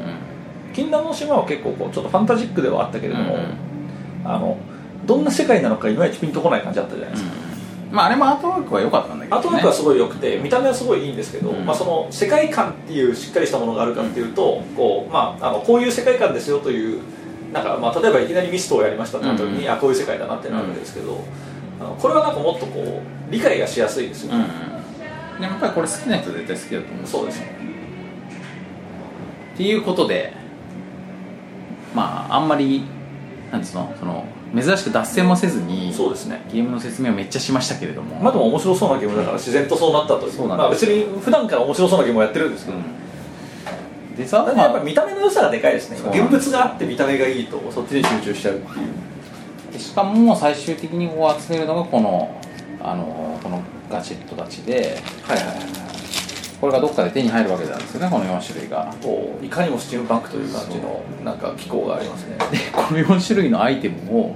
S3: 禁断の島は結構こうちょっとファンタジックではあったけれども、
S2: うんうん
S3: あのどんな世界なのかいまいちピンとこない感じだったじゃないですか、
S2: まああれもアートワークは良かったんだけど、
S3: ア
S2: ね、
S3: ートワークはすごい良くて見た目はすごいいいんですけど、
S2: うん
S3: まあ、その世界観っていうしっかりしたものがあるかっていうと、こうまあ、あのこういう世界観ですよというなんか、まあ、例えばいきなりミストをやりましたってなった時に、
S2: うん
S3: あこういう世界だなってなるんですけど、あのこれはなんかもっとこう理解がしやすいですよ
S2: うん
S3: ね、
S2: うんでもやっぱりこれ好きな人は絶対好きだと思う
S3: そうですね
S2: っていうことでまああんまりなんつうのその珍しく脱線もせずに
S3: そうですね
S2: ゲームの説明をめっちゃしましたけれども
S3: まあでも面白そうなゲームだから自然とそうなったという
S2: そうなんです
S3: まあ、別に普段から面白そうなゲームをやってるんですけど、
S2: うんでさ、
S3: ただね
S2: ま
S3: やっ
S2: あ
S3: ぱ見た目の良さがでかいですね
S2: そう
S3: 現物があって見た目がいいとそっちに集中しちゃうっていう
S2: でしかも最終的にこう集めるのがこのあのこのガジェットたちで
S3: はいはいはい
S2: これがどっかで手に入るわけなんですよねこの4種類が
S3: こういかにもスチームパンクという感じのなんか機構がありますね
S2: でこの4種類のアイテムを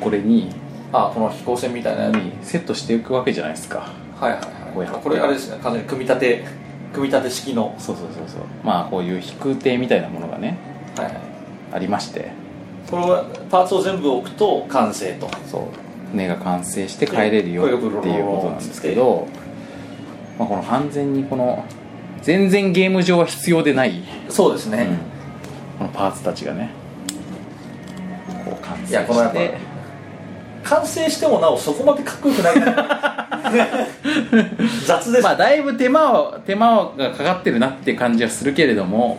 S2: これに
S3: あこの飛行船みたいなやつ、
S2: にセットしていくわけじゃないですか
S3: はいはい
S2: こう
S3: はい
S2: いう箱
S3: これあれですね完全に組み立て組み立て式の
S2: そうそうそうそうまあこういう飛空艇みたいなものがね
S3: はいはい
S2: ありまして
S3: これはパーツを全部置くと完成と
S2: そう船が完成して帰れるよっ
S3: こ
S2: て
S3: れ
S2: いう
S3: がブロ
S2: こ
S3: ロロロ
S2: となんですけど、まあ、この完全にこの全然ゲーム上は必要でない、
S3: そうですね、
S2: このパーツたちがねこう完成
S3: いやこのや
S2: し
S3: ってぱ完成してもなおそこまでかっこよく ない雑です、
S2: まあだいぶ手間は手間がかかってるなっていう感じはするけれども、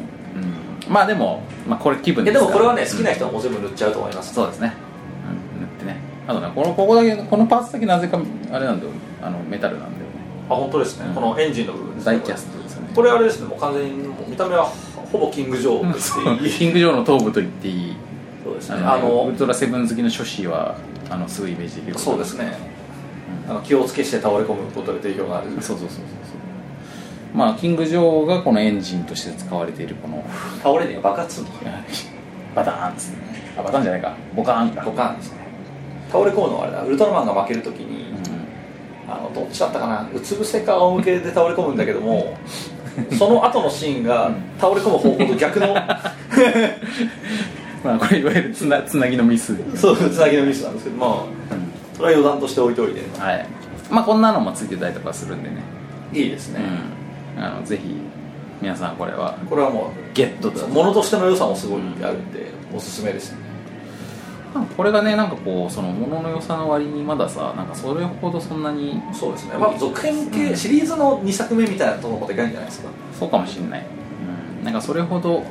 S2: うんまあでも、まあ、これ気分
S3: い
S2: で
S3: や
S2: す
S3: で
S2: から
S3: もこれはね、
S2: うん
S3: 好きな人はもう全部塗っちゃうと思います
S2: そうですね、うん、塗ってねあとねこのここだけこのパーツだけなぜかあれなんだよあのメタルなんだよね
S3: あ本当ですね、
S2: うん
S3: このエンジンの部分です
S2: ダ
S3: ね
S2: イキャストですよね
S3: これあれですねもう完全にもう見た目はほぼキング・ジョーですね
S2: キング・ジョーの頭部と言っていい
S3: そうですね
S2: あの
S3: あ
S2: ウ
S3: の
S2: ルトラセブン好きの初子はあのすぐイメージできる
S3: そうですねあの気をつけして倒れ込むことで影響がある
S2: そうそうそうそうそうまあキング・ジョーがこのエンジンとして使われているこの
S3: 倒れねえ爆発するの
S2: バターンですねあバターンじゃないかボカーンか
S3: ドカーンですね倒れ込むのはあれだウルトラマンが負けるときに、
S2: う
S3: あのどっちだったかなうつ伏せか仰向けで倒れ込むんだけどもその後のシーンが倒れ込む方向と逆 の
S2: ん まあこれいわゆるつなつなぎのミス、うん
S3: そうつなぎのミスなんですけどまあそれは余談として置いといて
S2: はいまあこんなのもついてたりとかするんでね
S3: いいですね、
S2: うんあのぜひ皆さんこれは
S3: これはも
S2: ゲット
S3: う
S2: だ
S3: ものとしての良さもすごいあるんで、おすすめですね
S2: これがねなんかこうその物の良さの割にまださなんかそれほどそんなに
S3: そうですねまあ続編系、シリーズの2作目みたいなところもでかいんじゃないですか
S2: そうかもしれない、うん、なんかそれほど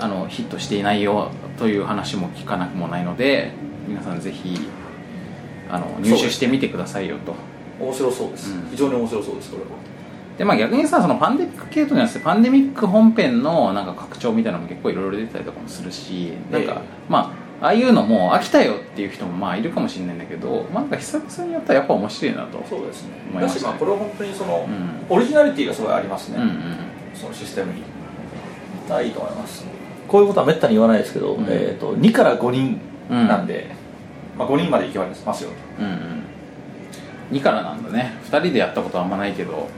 S2: あのヒットしていないよという話も聞かなくもないので皆さんぜひあの入手してみてくださいよと
S3: 面白そうです、
S2: うん
S3: 非常に面白そうですこれは
S2: でまあ逆にさそのパンデミック系統にはですねパンデミック本編のなんか拡張みたいなのも結構いろいろ出てたりとかもするしなんか、
S3: え
S2: まあああいうのも飽きたよっていう人もまあいるかもしれないんだけど、まあ、なんか久々にやったらやっぱ面白いなと
S3: そうですね
S2: 思い
S3: だ
S2: ま
S3: し
S2: したね
S3: まあこれは本当にその、
S2: うん
S3: オリジナリティがすごいありますね、
S2: うんうん
S3: そのシステムにあいいと思いますこういうことはめったに言わないですけど、
S2: うん
S3: えー、と2から5人
S2: うん
S3: なんで、まあ、5人までいけますよ
S2: うんうん2からなんだね2人でやったことはあんまないけど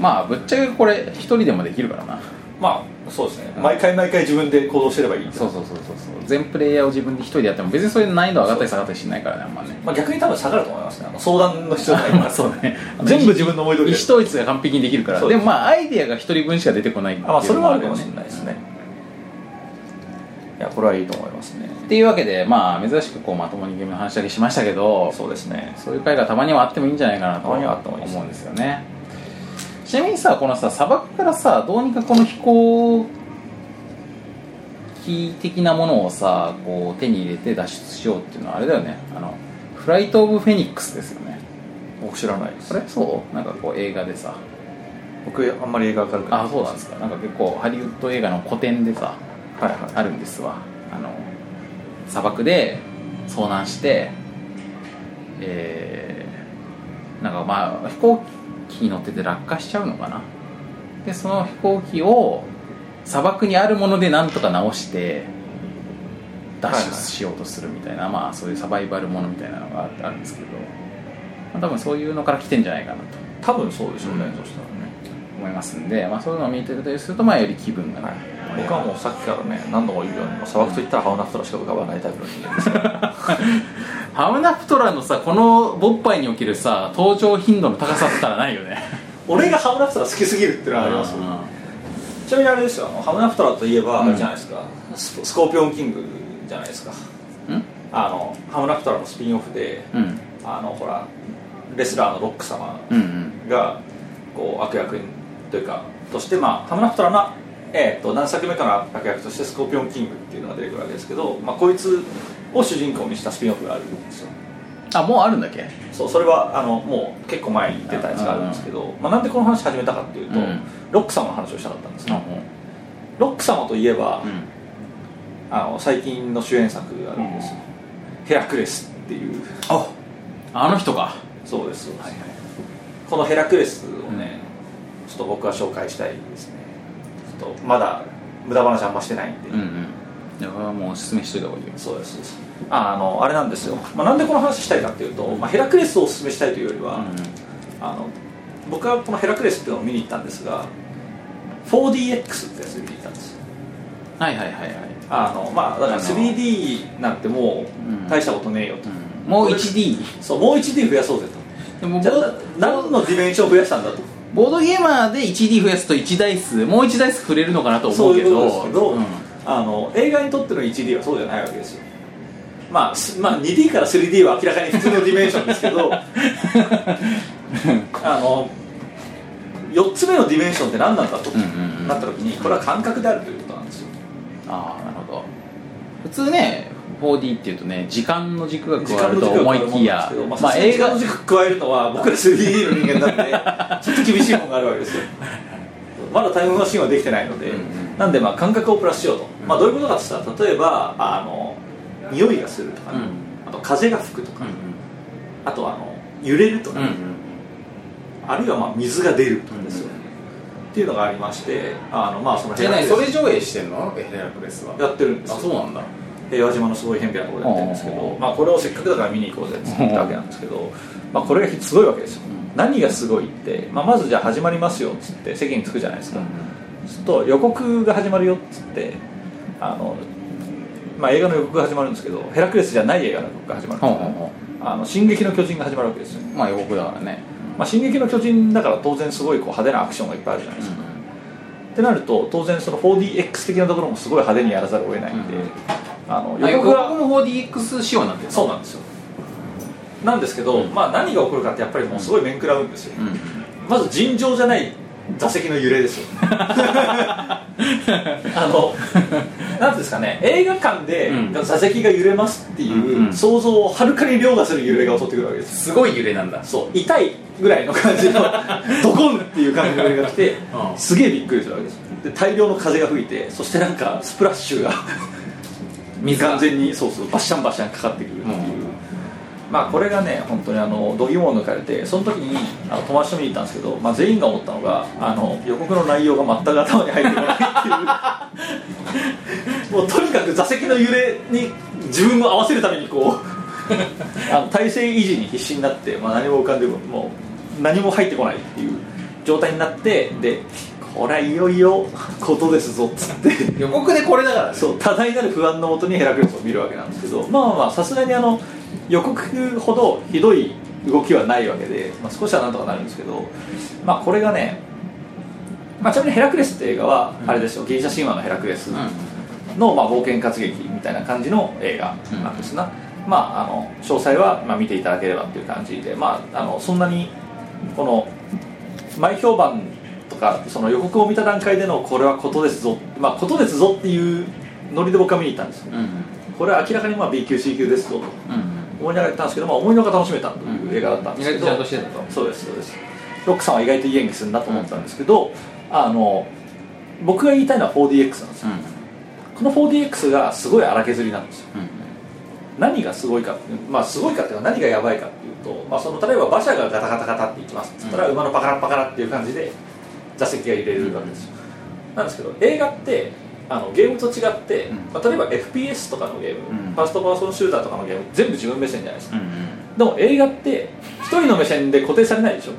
S2: まあぶっちゃけこれ1人でもできるからな
S3: まあそうですね毎回毎回自分で行動してればいい
S2: そうそうそうそうそう全プレイヤーを自分で1人でやっても別にそれで難易度上がったり下がったりしないからねあんまね
S3: まあ、逆に多分下がると思いますねあの相談の必要ないか ら
S2: そうね
S3: 全部自分の思い通り
S2: 意
S3: で
S2: 思統一が完璧にできるから
S3: そ
S2: で
S3: うです
S2: もまあアイデアが1人分しか出てこないっていう
S3: あ、まあ、それ
S2: のも
S3: はあるか
S2: よ
S3: もしれないですね、いやこれはいいと思いますね
S2: っていうわけでまあ珍しくこうまともにゲームの話だけしましたけど
S3: そうですね
S2: そういう回がたまにはあってもいいんじゃないかなと
S3: たまにはあってもいいです
S2: 思うんですよねちなみにさこのさ砂漠からさどうにかこの飛行機機的なものをさこう手に入れて脱出しようっていうのはあれだよねあのフライト・オブ・フェニックスですよね
S3: 僕知らないです
S2: それそうなんかこう映画でさ
S3: 僕あんまり映画明るくない
S2: あそうなんですかなんか結構ハリウッド映画の古典でさ
S3: はいはい
S2: あるんですわあの砂漠で遭難してえーなんかまあ飛行機に乗ってて落下しちゃうのかなでその飛行機を砂漠にあるものでなんとか直して脱出しようとするみたいな、まあそういうサバイバルものみたいなのがああるんですけど、まあ、多分そういうのから来てんじゃないかなと
S3: 多分そうでしょうね、
S2: うん
S3: そしたらね、
S2: 思いますんで、まあ、そういうのを見てるとするとまあより気分がね、
S3: はい、僕はもうさっきからね何度も言うようにもう砂漠といったらハウナフトラしか浮かばないタイプの人間です
S2: ハムナプトラのさこの勃発におけるさ登場頻度の高さって言ったらないよね
S3: 俺がハウナフトラ好きすぎるっていうのはありますよちなみにあれですよあのハムナフトラといえば
S2: うん
S3: あれじゃないですか、スコスコーピオンキングじゃないですか
S2: うん
S3: あのハムナフトラのスピンオフで
S2: うん
S3: あのほらレスラーのロック様
S2: うんうん
S3: がこう悪役というかとしてまあハムナフトラの、えー、と何作目かの悪役としてスコーピオンキングっていうのが出てくるわけですけど、まあ、こいつを主人公にしたスピンオフがあるんですよ
S2: あもうあるんだっけ
S3: そうそれはあのもう結構前に出たやつがあるんですけど、まあ、なんでこの話始めたかっていうと、
S2: うん
S3: ロック様の話をしたかったんです
S2: うん
S3: ね、ロック様といえば、
S2: うん
S3: あの最近の主演作があるんですよ、ヘラクレスっていう
S2: ああの人か
S3: そうですそうです、このヘラクレスをね、ちょっと僕は紹介したいですねちょっとまだ無駄話あんましてないんで、
S2: うんうんいやこれはもうおすすめしといた方がいいよ
S3: そうですそうですああのあれなんですよ、まあ、なんでこの話したいかっていうと、まあ、ヘラクレスをおすすめしたいというよりは、あの僕はこのヘラクレスっていうのを見に行ったんですが 4DX ってやつで見に行ったんですよ
S2: はいはいはいはい、
S3: あのまあだか
S2: あ
S3: ら
S2: の
S3: 3D なんても
S2: うん
S3: う大したことねえよと、
S2: うん、もう 1D
S3: そうもう 1D 増やそうぜ
S2: でも
S3: とじゃあ何のディメンションを増やしたんだと
S2: ボードゲーマーで 1D 増やすと1ダイスもう1ダイス触れるのかなと思
S3: そうう
S2: け
S3: いうことで
S2: ど
S3: すけど、
S2: うん
S3: あの映画にとっての 1D はそうじゃないわけですよまあ、すまあ 2D から 3D は明らかに普通のディメンションですけ どあの4つ目のディメンションって何なんだと、
S2: うんうんうん
S3: なった時にこれは感覚であるということなんですよ
S2: ああなるほど普通ね 4D っていうとね時間の軸が
S3: 時
S2: 加わる
S3: 間の
S2: と
S3: 軸を
S2: 思いきやま
S3: まあ、さ
S2: あ
S3: すがに
S2: 映
S3: 時間
S2: 画
S3: の軸加えるのは僕ら 3D の人間なんでちょっと厳しいものがあるわけですよまだタイムマシンはできてないので、
S2: うんうん
S3: なんでまあ感覚をプラスしようと、まあ、どういうことかって言ったら例えばあの匂いがするとかね、
S2: うん
S3: あと風が吹くとか、
S2: う
S3: あとあの揺れるとか、
S2: んうん
S3: あるいはまあ水が出るとかですよね、っていうのがありましてあのまあその
S2: じゃあ何
S3: 平
S2: そ
S3: 和
S2: れ上映してんのヘラクレスは
S3: やってるんです
S2: あ
S3: よ
S2: そうなんだ
S3: 平和島のすごい偏僻なところでやってるんですけ
S2: おうおうお
S3: ど
S2: う、
S3: まあ、これをせっかくだから見に行こうぜって言ったわけなんですけど、まあ、これがすごいわけですよ、何がすごいって、まあ、まずじゃあ始まりますよっつって席に着くじゃないですか、ちょっと予告が始まるよっつってあの、まあ、映画の予告が始まるんですけどヘラクレスじゃない映画の予告が始まるんですよね、あの進撃の巨人が始まるわけですよね、
S2: まあ予告だからね
S3: まあ、進撃の巨人だから当然すごいこう派手なアクションがいっぱいあるじゃないですか、ってなると当然その 4DX 的なところもすごい派手にやらざるを得ないんで、
S2: うん
S3: あの
S2: あ
S3: 予
S2: 予
S3: 告
S2: 告
S3: が
S2: も 4DX 仕様になってる
S3: そうなんですよなんですけど、まあ何が起こるかってやっぱりもうすごい面食らうんですよ、
S2: うん
S3: まず尋常じゃない座席の揺 れですよあのなんていうんですかね映画館で
S2: うん
S3: 座席が揺れますっていう、
S2: うんうん
S3: 想像をはるかに凌駕する揺れが襲ってくるわけです
S2: すごい揺れなんだ
S3: そう痛いぐらいの 感じのドコンっていう感じの揺れが来て、
S2: うん
S3: すげえびっくりするわけですで大量の風が吹いてそしてなんかスプラッシュが
S2: 水が
S3: 完全にそうそうバッシャンバッシャンかかってくるっていう、まあこれがね本当にあの度肝を抜かれてその時にあの友達と見に行ったんですけど、まあ、全員が思ったのがあの予告の内容が全く頭に入ってこない っていうもうとにかく座席の揺れに自分を合わせるためにこう あの体勢維持に必死になって、まあ、何も浮かんでももう何も入ってこないっていう状態になってでこれはいよいよことですぞっつって
S2: 予告でこれだから
S3: そう多大なる不安のもとにヘラクレスを見るわけなんですけどまあまあまあさすがにあの予告ほどひどい動きはないわけで、まあ、少しはなんとかなるんですけど、まあ、これがね、まあ、ちなみに「ヘラクレス」って映画はあれですよ、ギリシャ神話のヘラクレスの、まあ、冒険活劇みたいな感じの映画なんですが、まあ、あの詳細は、まあ、見ていただければっていう感じで、まあ、あのそんなにこの前評判とかその予告を見た段階でのこれはことですぞ、まあ、ことですぞっていうノリで僕は見に行ったんですよ
S2: うんうん
S3: これは明らかにまあ B 級 C 級ですぞと
S2: うん
S3: 思いながら行ったんですけど、まあ、思いのが楽しめたと
S2: うん
S3: いう映画だったん
S2: 意
S3: です
S2: 外
S3: け
S2: とちゃ
S3: ど、
S2: んとしてたと
S3: そうですそうですロックさんは意外といい演技するなと思ったんですけど、あの僕が言いたいのは 4DX なんで
S2: う
S3: すよ
S2: んうん
S3: この 4DX がすごい荒削りなんですよ
S2: うん
S3: 何がすごいかっていうまあすごいかっていうのは何がやばいかっていうと、まあ、その例えば馬車がガタガタガタっていきますっつったら
S2: う
S3: 馬のパカラッパカラっていう感じで座席が入れるわけですよなんですけど映画ってあのゲームと違って、
S2: うん
S3: まあ、例えば FPS とかのゲーム、
S2: うん
S3: ファーストパーソンシューターとかのゲーム全部自分目線じゃないですか
S2: うんうん
S3: でも映画って一人の目線で固定さ れないでしょ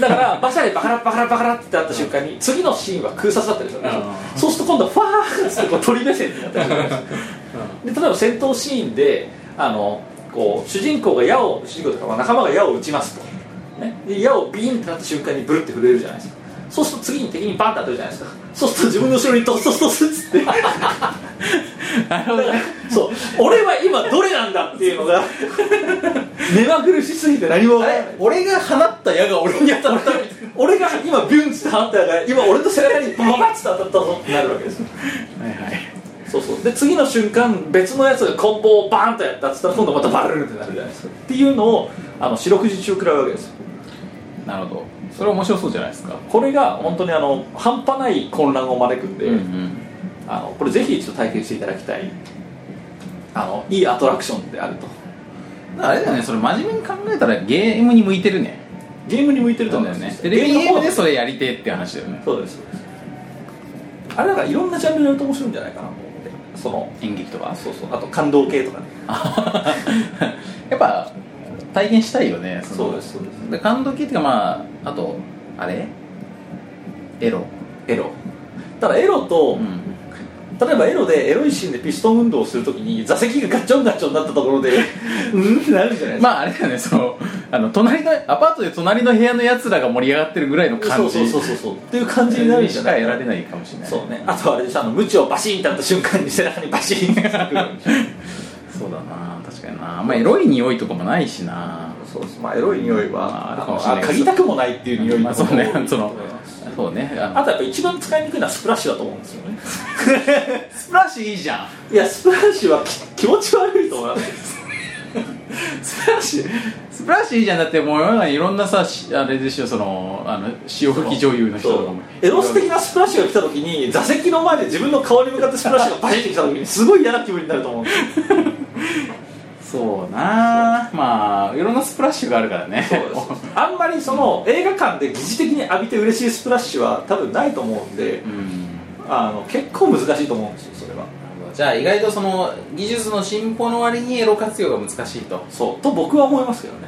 S3: だから馬車でバカラッバカラッバカラってあった瞬間に次のシーンは空撮だったりするんですよ
S2: う
S3: そうすると今度はファーッてこう鳥目線になったりするんですよで例えば戦闘シーンであのこう主人公が矢を主人公とかまあ仲間が矢を撃ちますと、ね、で矢をビーンってなった瞬間にブルって震えるじゃないですかそうすると次に敵にバンって当たるじゃないですかそうすると自分の後ろにドスドスドスっつってだか
S2: なるほど
S3: ら
S2: ね
S3: そう俺は今どれなんだっていうのが目まぐるしすぎて何もわからない
S2: 俺が放った矢が俺に当たったみたい
S3: 俺が今ビュンって当たったから今俺の背中にバババッて当たったぞってなるわけですよ
S2: なはいはい
S3: そうそうで次の瞬間別のやつがコンボをバーンとやったっつったら今度またバルルンってなるじゃないですかっていうのをあの四六時中食らうわけですよ
S2: なるほどそれ面白そうじゃないですか
S3: これが本当にあの半端ない混乱を招くんで、
S2: うんうん
S3: あのこれぜひ一度体験していただきたいあのいいアトラクションであると
S2: あれだよねそれ真面目に考えたらゲームに向いてるね
S3: ゲームに向いてると
S2: そう
S3: 思
S2: だ
S3: う
S2: よ
S3: ん
S2: ね
S3: です
S2: テレビゲームで
S3: です
S2: それやりてえって話だよね
S3: そうですそうですあれなんかいろんなジャンルやると面白いんじゃないかなと思ってその
S2: 演劇とか
S3: そ うそうあと感動系とかね
S2: やっぱ体験したいよねの
S3: そうですそうです
S2: で感動系っていうかまああとあれエロ
S3: エロただエロと、
S2: うん
S3: 例えばエロでエロいシーンでピストン運動をするときに座席がガッチョンガッチョンになったところで うんってなるじゃないですか、
S2: まああれだよねそのあの隣のアパートで隣の部屋のやつらが盛り上がってるぐらいの感じ
S3: そうそうそうそうっていう感じになるんじ
S2: し
S3: ゃ
S2: か
S3: ない
S2: やられないかもしれない
S3: そうねあとはあれでしょあのムチをバシーンってやった瞬間に背中にバシーンってくる
S2: そうだな確かになあんまエロい匂いとかもないしな
S3: そうですまあエロい匂い
S2: まあ
S3: は
S2: ある
S3: あ
S2: かもし
S3: の
S2: れ
S3: あ
S2: ない
S3: 嗅ぎたくもないっていう匂い
S2: まあ そうねその
S3: あ
S2: そうねあの
S3: とやっぱ一番使いにくいのはスプラッシュだと思うんですよね
S2: スプラッシュいいじゃん
S3: いやスプラッシュはき気持ち悪いと思います
S2: スプラッシュスプラッシュいいじゃんだってもう世の中にいろんなさしあれでしょそのあの潮吹き女優の人とかも
S3: そうエロス的なスプラッシュが来た時に座席の前で自分の顔に向かってスプラッシュがバシッて来た時にすごい嫌な気分になると思うんですよ
S2: そうなまあいろんなスプラッシュがあるからね
S3: そうですあんまりその映画館で疑似的に浴びて嬉しいスプラッシュは多分ないと思うんで
S2: うん
S3: あの結構難しいと思うんですよそれは
S2: じゃあ意外とその技術の進歩の割にエロ活用が難しいと
S3: そうと僕は思いますけどね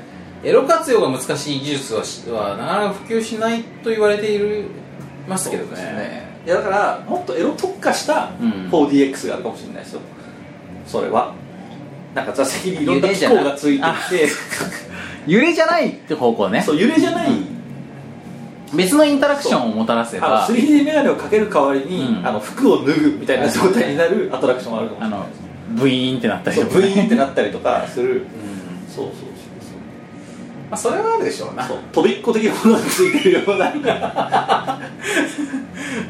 S2: エロ活用が難しい技術はしはなかなか普及しないと言われているますけど
S3: そうです
S2: ね
S3: いやだからもっとエロ特化した
S2: うん
S3: 4DX があるかもしれないですよそれはなんか座席にいろんな機構がついてき
S2: 揺れじゃないって方向
S3: て
S2: ね
S3: そう揺れじゃない、
S2: 別のインタラクションをもたらせば
S3: あの 3D メガネをかける代わりに、
S2: うん
S3: あの服を脱ぐみたいな状態になるアトラクションもあるかもし
S2: あ
S3: れない
S2: のブイーンってなったり
S3: そう
S2: とか
S3: ブイーンってなったりとかする
S2: うん
S3: そうそうそう
S2: まあそれはあるでしょうな
S3: そうそう飛びっこ的なものがついてるような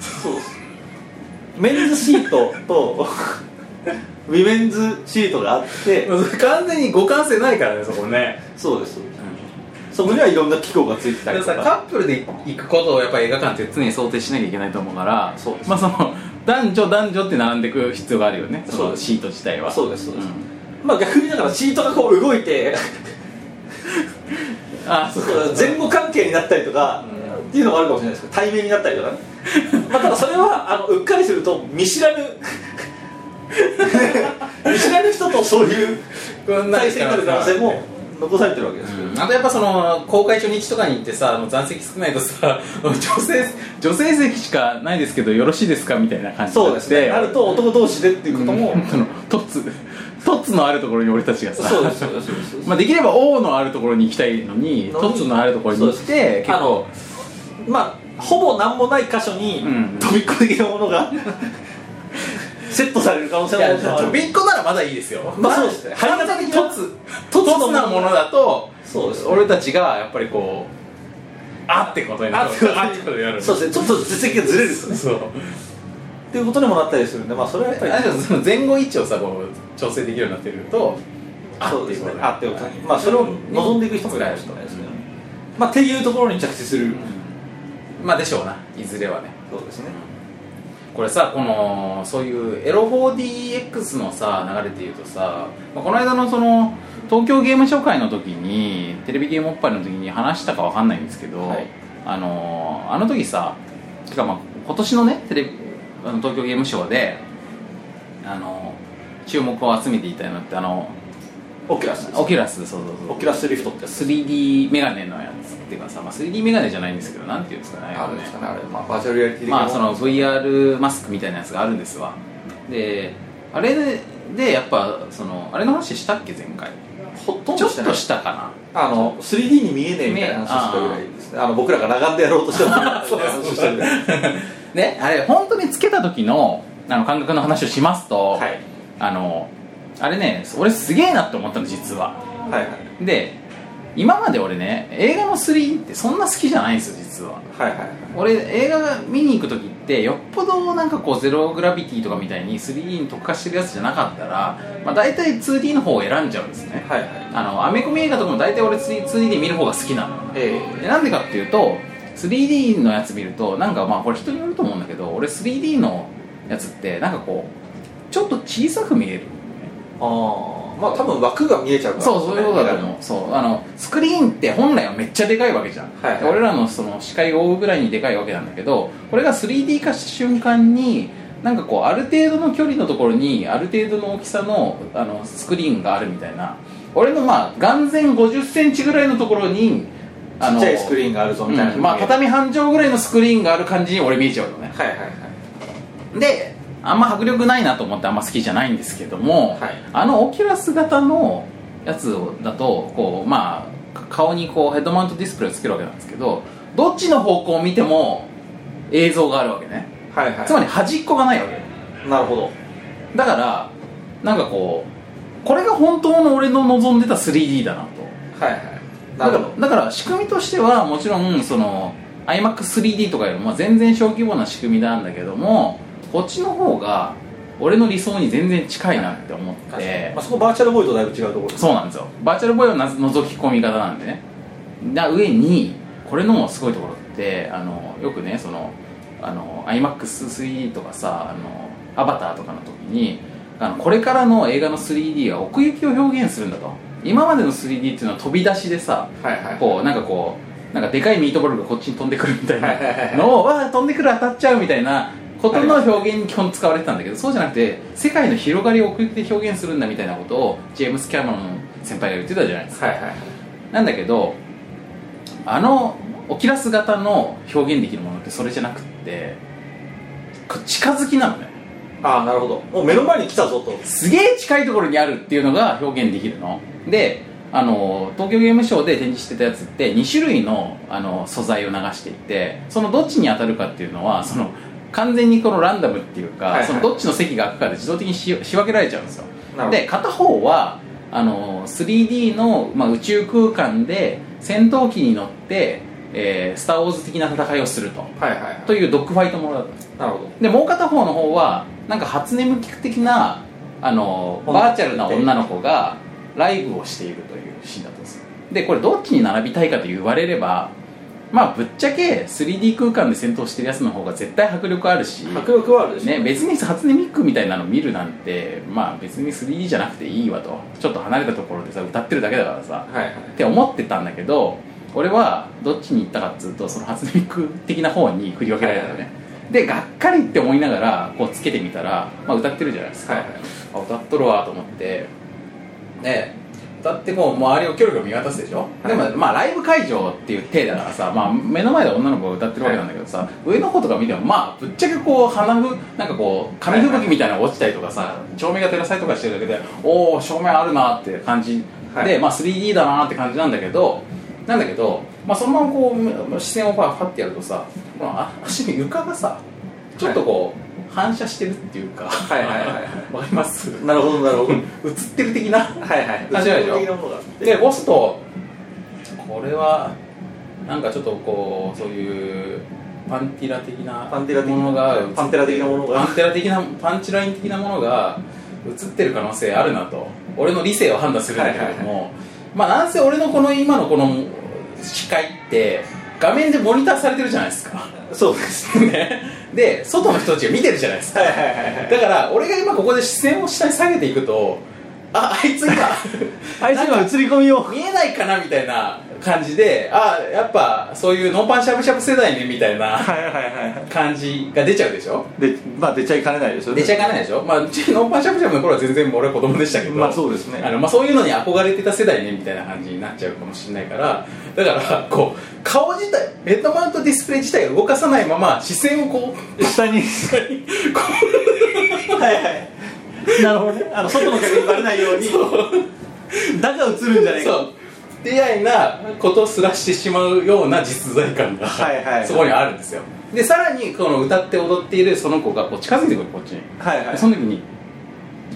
S3: そうメンズシートとウィメンズシートがあって
S2: 完全に互換性ないからねそこね、
S3: そうですそこにはいろんな機構がついてた
S2: だか
S3: り
S2: ら
S3: と
S2: さカ
S3: か
S2: ップルで行くことをやっぱ映画館って常に想定しなきゃいけないと思うから
S3: そうです
S2: まあ、その男女男女って並んでいく必要があるよねそ
S3: そう
S2: の
S3: です
S2: シート自体は
S3: そうですそうです
S2: ん
S3: まあ逆にだからシートがこう動いて
S2: あそう
S3: 前後関係になったりとか、っていうのもあるかもしれないですけど対面になったりとかねまあただそれはあのうっかりすると見知 らぬ見知らぬ人とそういう対戦になる可能性も残されてるわけですけど、
S2: うんあとやっぱその公開初日とかに行ってさあの残席少ないとさ 女性女性席しかないですけどよろしいですかみたいな感じにな
S3: そ
S2: っ
S3: う
S2: て
S3: ですねあると男同士でっていうことも、
S2: うんそのトッツトッツのあるところに俺たちがさ
S3: そうですそうですそうです
S2: まあ、できれば王のあるところに行きたいのに
S3: のに
S2: トッツのあるところに行っ
S3: そう
S2: て
S3: です
S2: 結構
S3: まあほぼ何もない箇所に
S2: うん
S3: 飛び込みのものが セットされる可能性
S2: い
S3: も
S2: や
S3: もちろんあ
S2: ちょ
S3: る
S2: っとびっこならまだいいですよ
S3: まあそうですね
S2: 反対的トッツトッツなものだと
S3: そうですね
S2: 俺たちがやっぱりこうあってことになる
S3: あそう
S2: あってことになる
S3: そうですねちょっと実績がずれるんですね
S2: そう
S3: っていうことにもなったりするんで、まあ、それはやっぱり
S2: あれその前後位置をさこう調整できるようになってくると
S3: そうですね
S2: あ
S3: あ
S2: っ
S3: ってて
S2: い
S3: いうう
S2: こ
S3: こと
S2: だ
S3: と
S2: ね
S3: にまあそれを望んでいく人もいるかもしれないですけどね、まあ、っていうところに着地する、
S2: まあでしょうないずれはね
S3: そうですね
S2: これさこのそういうエロ 4DX のさ流れで言うとさ、まあこの間のその東京ゲーム紹介の時にテレビゲームおっぱいの時に話したかわかんないんですけど、
S3: はい
S2: あのあの時さてかまあ今年のねテレビあの東京ゲームショウであの注目を集めていたのってあの
S3: オキュラスです
S2: オキュラスそうそうそう
S3: オキュラスリフトってやつ
S2: 3D メガネのやつっていうかさ、まあ、3D メガネじゃないんですけどなんていうんですかね
S3: あるんですかねあれ、まあ、バーチャルリアリティ的な
S2: まあその VR マスクみたいなやつがあるんですわであれででやっぱそのあれの話したっけ前回
S3: ほとん
S2: ちょ
S3: ど
S2: っ
S3: して
S2: と
S3: ない
S2: したか
S3: あの 3D に見えねえみたいな話したぐらいですねあの僕らが裸眼でやろうとしたみたいな話したぐらい
S2: なねあれ本当につけた時のあの感覚の話をしますと、
S3: はい
S2: あのあれね俺すげえなって思ったの実は
S3: はいはい
S2: で今まで俺ね映画の 3D ってそんな好きじゃないんですよ実は
S3: はいはいはい
S2: 俺映画見に行く時ってよっぽどなんかこうゼログラビティとかみたいに 3D に特化してるやつじゃなかったら、まあ、大体 2D の方を選んじゃうんですね
S3: はいはい
S2: あのアメコミ映画とかも大体俺 2D, 2D で見る方が好きなの
S3: え
S2: でなんでかっていうと 3D のやつ見るとなんかまあこれ人によると思うんだけど俺 3D のやつってなんかこうちょっと小さく見える
S3: えああまあ多分枠が見えちゃうから
S2: そうそういうことだと思うそうあのスクリーンって本来はめっちゃでかいわけじゃん、
S3: はいはい
S2: で俺らのその視界を覆うぐらいにでかいわけなんだけどこれが 3D 化した瞬間になんかこうある程度の距離のところにある程度の大きさのあのスクリーンがあるみたいな俺のまあ眼前5 0ンチぐらいのところにあ
S3: ち
S2: の
S3: っちゃいスクリーンがあるぞみたいな、
S2: うんまあ畳半畳ぐらいのスクリーンがある感じに俺見えちゃうのね
S3: はいはいはい
S2: であんま迫力ないなと思ってあんま好きじゃないんですけども、
S3: はい
S2: あのオキュラス型のやつをだとこうまあか顔にこうヘッドマウントディスプレイをつけるわけなんですけどどっちの方向を見ても映像があるわけね
S3: はいはい
S2: つまり端っこがないわけ
S3: なるほど
S2: だからなんかこうこれが本当の俺の望んでた 3D だなと
S3: はいはいな
S2: だ
S3: る
S2: か
S3: ほ
S2: ら
S3: ど
S2: だから仕組みとしてはもちろんその iMac3D とかよりもまあ全然小規模な仕組みなんだけどもこっちの方が俺の理想に全然近いなって思って、
S3: まあ、そこバーチャルボーイとだいぶ違うところです
S2: そうなんですよバーチャルボーイはな覗き込み方なんでねな上にこれのすごいところってあのよくねそのあの iMac3D とかさあのアバターとかの時にあのこれからの映画の 3D は奥行きを表現するんだと今までの 3D っていうのは飛び出しでさ
S3: はいはい
S2: こうなんかこうなんかでかいミートボールがこっちに飛んでくるみたい
S3: はいはいはいは
S2: ないのをわあ飛んでくる当たっちゃうみたいなことの表現に基本使われてたんだけどそうじゃなくて世界の広がりを奥行きで表現するんだみたいなことをジェームス・キャメロン先輩が言ってたじゃないですか
S3: はいはいはい
S2: なんだけどあのオキュラス型の表現できるものってそれじゃなくってこ近づきなのね
S3: ああなるほどもう目の前に来たぞと
S2: すげえ近いところにあるっていうのが表現できるのであの東京ゲームショウで展示してたやつって2種類のあの素材を流していてそのどっちに当たるかっていうのはその完全にこのランダムっていうか、
S3: はいはい
S2: そのどっちの席が空くかで自動的にし仕分けられちゃうんですよ
S3: なるほど
S2: で片方はあの 3D の、まあ、宇宙空間で戦闘機に乗って、えースター・ウォーズ」的な戦いをすると
S3: はいはいはい
S2: というドッグファイトものだったんです
S3: なるほど
S2: でもう片方の方はなんか初音ミク的なあのバーチャルな女の子がライブをしているというシーンだったんですよでこれどっちに並びたいかと言われればまあぶっちゃけ 3D 空間で戦闘してるやつの方が絶対迫力あるし
S3: 迫力はあるでしょ
S2: ね、別に初音ミクみたいなの見るなんてまあ別に 3D じゃなくていいわとちょっと離れたところでさ歌ってるだけだからさ
S3: はいはい
S2: って思ってたんだけど俺はどっちに行ったかっつうとその初音ミク的な方に振り分けられたのね、
S3: は
S2: でがっかりって思いながらこうつけてみたら、まあ、歌ってるじゃないですか、
S3: はいはい
S2: あ歌っとるわと思ってで歌ってこう周りを距離を見渡すでしょ、
S3: はい
S2: でもまあライブ会場っていう体だからさ、まあ、目の前で女の子が歌ってるわけなんだけどさ、上の方とか見てもまあぶっちゃけこう鼻ふなんかこう紙吹雪みたいなのが落ちたりとかさ照明が照らされとかしてるだけでおお照明あるなって感じで、
S3: はい
S2: まあ 3D だなって感じなんだけどなんだけど、まあ、そのままこう視線をパッパッてやるとさ、まあ、足の床がさちょっとこう、反射してるっていうか
S3: はいはいはいはい
S2: わかります
S3: なるほどなるほど
S2: 映ってる的な
S3: はいはい
S2: あ違うでしょ
S3: 的なものがあって
S2: で押すとこれはなんかちょっとこうそういうパンティラ的な
S3: パンティラ的な
S2: ものが映って
S3: パンテラ的なものが
S2: パンテラ的なパンチライン的なものが映ってる可能性あるなと俺の理性を判断するんだけれども、まあなんせ俺のこの今のこの視界って画面でモニターされてるじゃないですか
S3: そうです
S2: ねで外の人たちが見てるじゃないですか
S3: はいはいはいはい
S2: だから俺が今ここで視線を下に下げていくとああいつ今
S3: あいつ今映り込みを
S2: 見えないかなみたいな感じであやっぱそういうノンパンしゃぶしゃぶ世代ねみたい な
S3: はいはいは
S2: 感じが出ちゃうでしょ
S3: いでまあ出ちゃいかねないですよね
S2: 出ちゃいかないでしょまあうちノンパンしゃぶしゃぶの頃は全然もう俺は子供でしたけど
S3: まあそうですね
S2: あのまあ、そういうのに憧れてた世代ねみたいな感じになっちゃうかもしれないからだからこう顔自体ヘッドマウントディスプレイ自体を動かさないまま視線をこう
S3: 下にはいはいなるほどねあの外の客にバレないようにだが映るんじゃないか
S2: そう出会いなことすらしてしまうような実在感が、
S3: はいはいはい
S2: そこにあるんですよでさらにこの歌って踊っているその子がこう近づいてくるこっちに
S3: はいはい
S2: その時に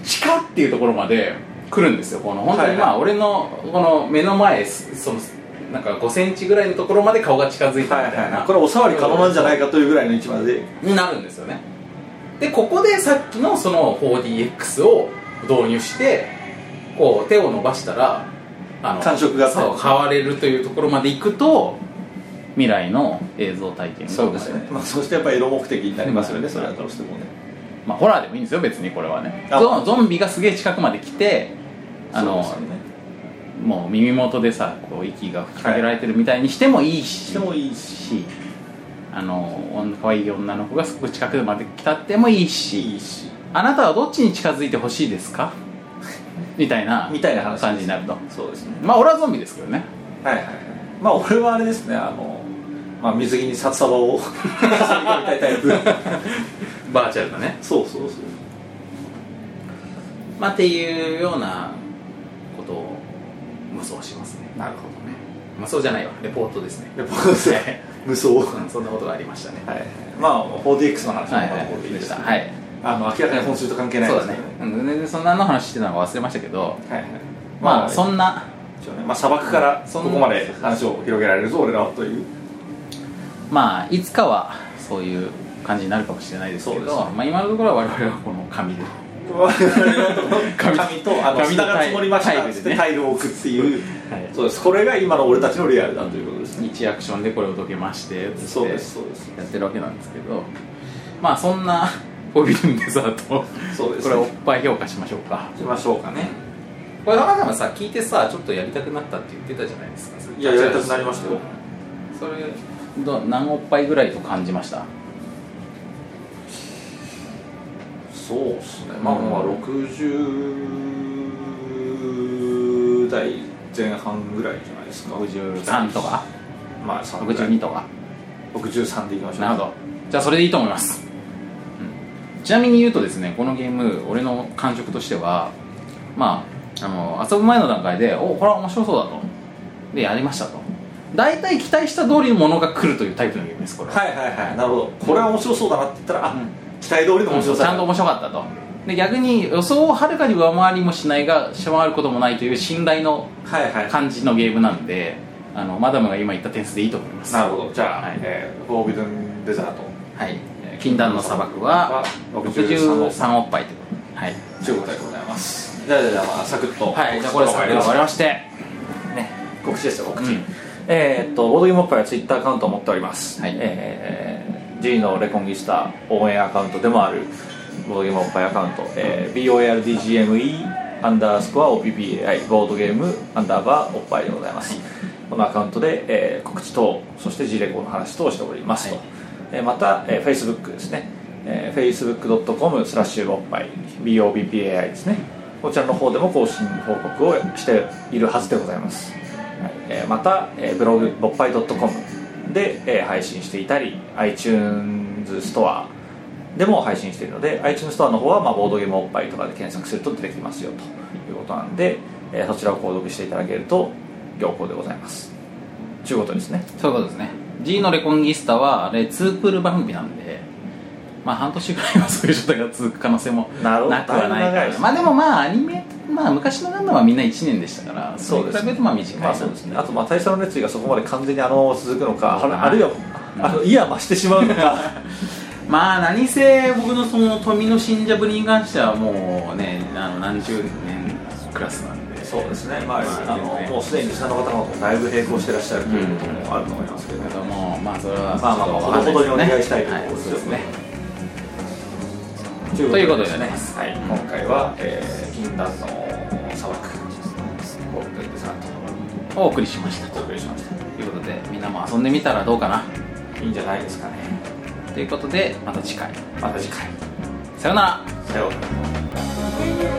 S2: 地下っていうところまで来るんですよこの本当にまあ俺のこの目の前すそのなんか5センチぐらいのところまで顔が近づいてみた
S3: はい
S2: いな、
S3: はいはいこれおさわり可能なんじゃないかというぐらいの位置まで
S2: になるんですよねでここでさっきのその 4DX を導入してこう手を伸ばしたらあの
S3: 感触が
S2: そう変われるというところまで行くと未来の映像体験が生まれる
S3: まあそしてやっぱり色目的になりますよねそれはどうしてもね
S2: まあホラーでもいいんですよ別にこれはね
S3: あ
S2: ゾンゾンビがすげえ近くまで来てあの、
S3: そうですよね
S2: もう耳元でさこう息が吹きかけられてるみたいにしてもいいし、
S3: してもいいし
S2: しあの女可愛い女の子がすごく近くまで来たってもいいし
S3: いいし
S2: あなたはどっちに近づいてほしいです かみたいな
S3: みたいな話です
S2: 感じになると
S3: そうですね
S2: まあ俺はゾンビですけどね
S3: はいはいはいまあ俺はあれですねあの、まあ、水着に札束 を挟み込みたいタイプ
S2: バーチャルだね
S3: そうそうそう
S2: まあっていうようなことを無双しますね
S3: なるほどね
S2: 無双じゃないわレポートですね
S3: レポートですね無双は
S2: うんそんなことがありましたね
S3: いまあ 4DX の話
S2: はい
S3: の
S2: は
S3: 方
S2: い
S3: でいい
S2: で
S3: で
S2: し
S3: す
S2: た
S3: ね
S2: はい
S3: あの明らかに本数と関係ない
S2: そう
S3: で
S2: だ
S3: すけ
S2: ね
S3: どね
S2: うん全然そんなの話してたのか忘れましたけど
S3: はいはい
S2: まあそんな
S3: 一応ねまあ砂漠から
S2: そ
S3: こ
S2: ん
S3: こまで話を広げられるぞ俺らはという
S2: まあいつかはそういう感じになるかもしれないですけ
S3: そう
S2: ど
S3: ですね
S2: まあ今のところは我々はこの紙で紙
S3: 紙とあの
S2: 紙と
S3: 下が積もりました
S2: タイ
S3: っ
S2: ル
S3: つっ
S2: でね
S3: てタイルを置くっていう
S2: はい
S3: そうですこれが今の俺たちのリアルだということですね
S2: 1アクションでこれを解けましてつって
S3: そうですそうです
S2: やってるわけなんですけどまあそんな フォビルンデザート
S3: そうです
S2: これをいっぱい評価しましょうか
S3: しましょうかね
S2: これ花田もさ聞いてさちょっとやりたくなったって言ってたじゃないですか
S3: いややりたくなりましたよ
S2: それど何おっぱいぐらいと感じました
S3: そうですねまあまあ60代前半ぐらいじゃないですか
S2: 63とか
S3: まあ3ぐらい
S2: 62とか
S3: 63でいきましょう
S2: なるほどじゃあそれでいいと思います、うんちなみに言うとですねこのゲーム俺の感触としてはまああの遊ぶ前の段階でおこれは面白そうだとでやりましたと大体期待した通りのものが来るというタイプのゲームですこれは
S3: はいはいはいなるほどこれは面白そうだなって言ったらあ
S2: うん
S3: 期待通りの面白
S2: ち
S3: さ
S2: ゃんと面白かったとで逆に予想をはるかに上回りもしないが下回ることもないという信頼の
S3: はいはい
S2: 感じのゲームなんであのマダムが今言った点数でいいと思います
S3: なるほどじゃあ、
S2: はい
S3: えーフォービドンデザート
S2: はいえー禁断の砂漠は63おっぱいということではい
S3: ということでございますじゃあじゃあじゃあ、まあ、サクッと
S2: はい、じゃあこれで終わりまして、
S3: ね告知ですよ告知、
S2: うん
S3: えーっとボードゲームおっぱいはツイッターアカウントを持っております、
S2: はい
S3: えー G のレコンギスタ応援アカウントでもあるボードゲームおっぱいアカウント、えー BORDGME アンダースコア OPPAI ボードゲームアンダーバーおっぱいでございます、このアカウントで、えー告知等そして G レコの話等をしておりますと、
S2: はい
S3: えーまた、えー Facebook ですね、えー facebook.com スラッシュおっぱい BOBPAI ですねこちらの方でも更新報告をしているはずでございます、はいえーまた、えーブログぼっぱい .com で、えー配信していたり iTunes ストアでも配信しているので iTunes ストアの方は、まあ、ボードゲームおっぱいとかで検索すると出てきますよということなんで、えーそちらを購読していただけると良好でございますということですね
S2: そういうことですね G のレコンギスタはあれツークール番組なんでまあ半年ぐらいはそういう状態が続く可能性も
S3: なるほど
S2: なくはない
S3: だ
S2: か
S3: いぶ長いで
S2: ら
S3: す
S2: まあでもまあアニメまあ昔のガンダムはみんな1年でしたからそれに比べるとまあ短い
S3: まあ
S2: な
S3: そうですねあとまあ大佐の熱意がそこまで完全にあのまま続くのか
S2: そうかな
S3: ああるいはあのいや増してしまうのか
S2: まあ何せ僕のその富の信者ぶりに関してはもうねあの何十年クラスなんで
S3: そうですねまあ、
S2: まあ
S3: あの
S2: 全然
S3: もうすでに下の方々もだいぶ並行してらっしゃるということもあると思いますけど、
S2: けどもまあそれは
S3: まあまあまあ
S2: ちょっわかんないですね
S3: ほどほどにお願いしたいと
S2: は
S3: いう
S2: い
S3: こ
S2: そ
S3: と
S2: う
S3: ですね
S2: ですね
S3: と
S2: いうことでね
S3: はい、今回は、えー、銀弾の砂漠コールデンデさんと
S2: お送りしました
S3: お送りしました
S2: ということでみんなも遊んでみたらどうかない
S3: いんじゃないですかね
S2: ということでまた次回
S3: また次回
S2: さようなら
S3: さようなら
S1: 「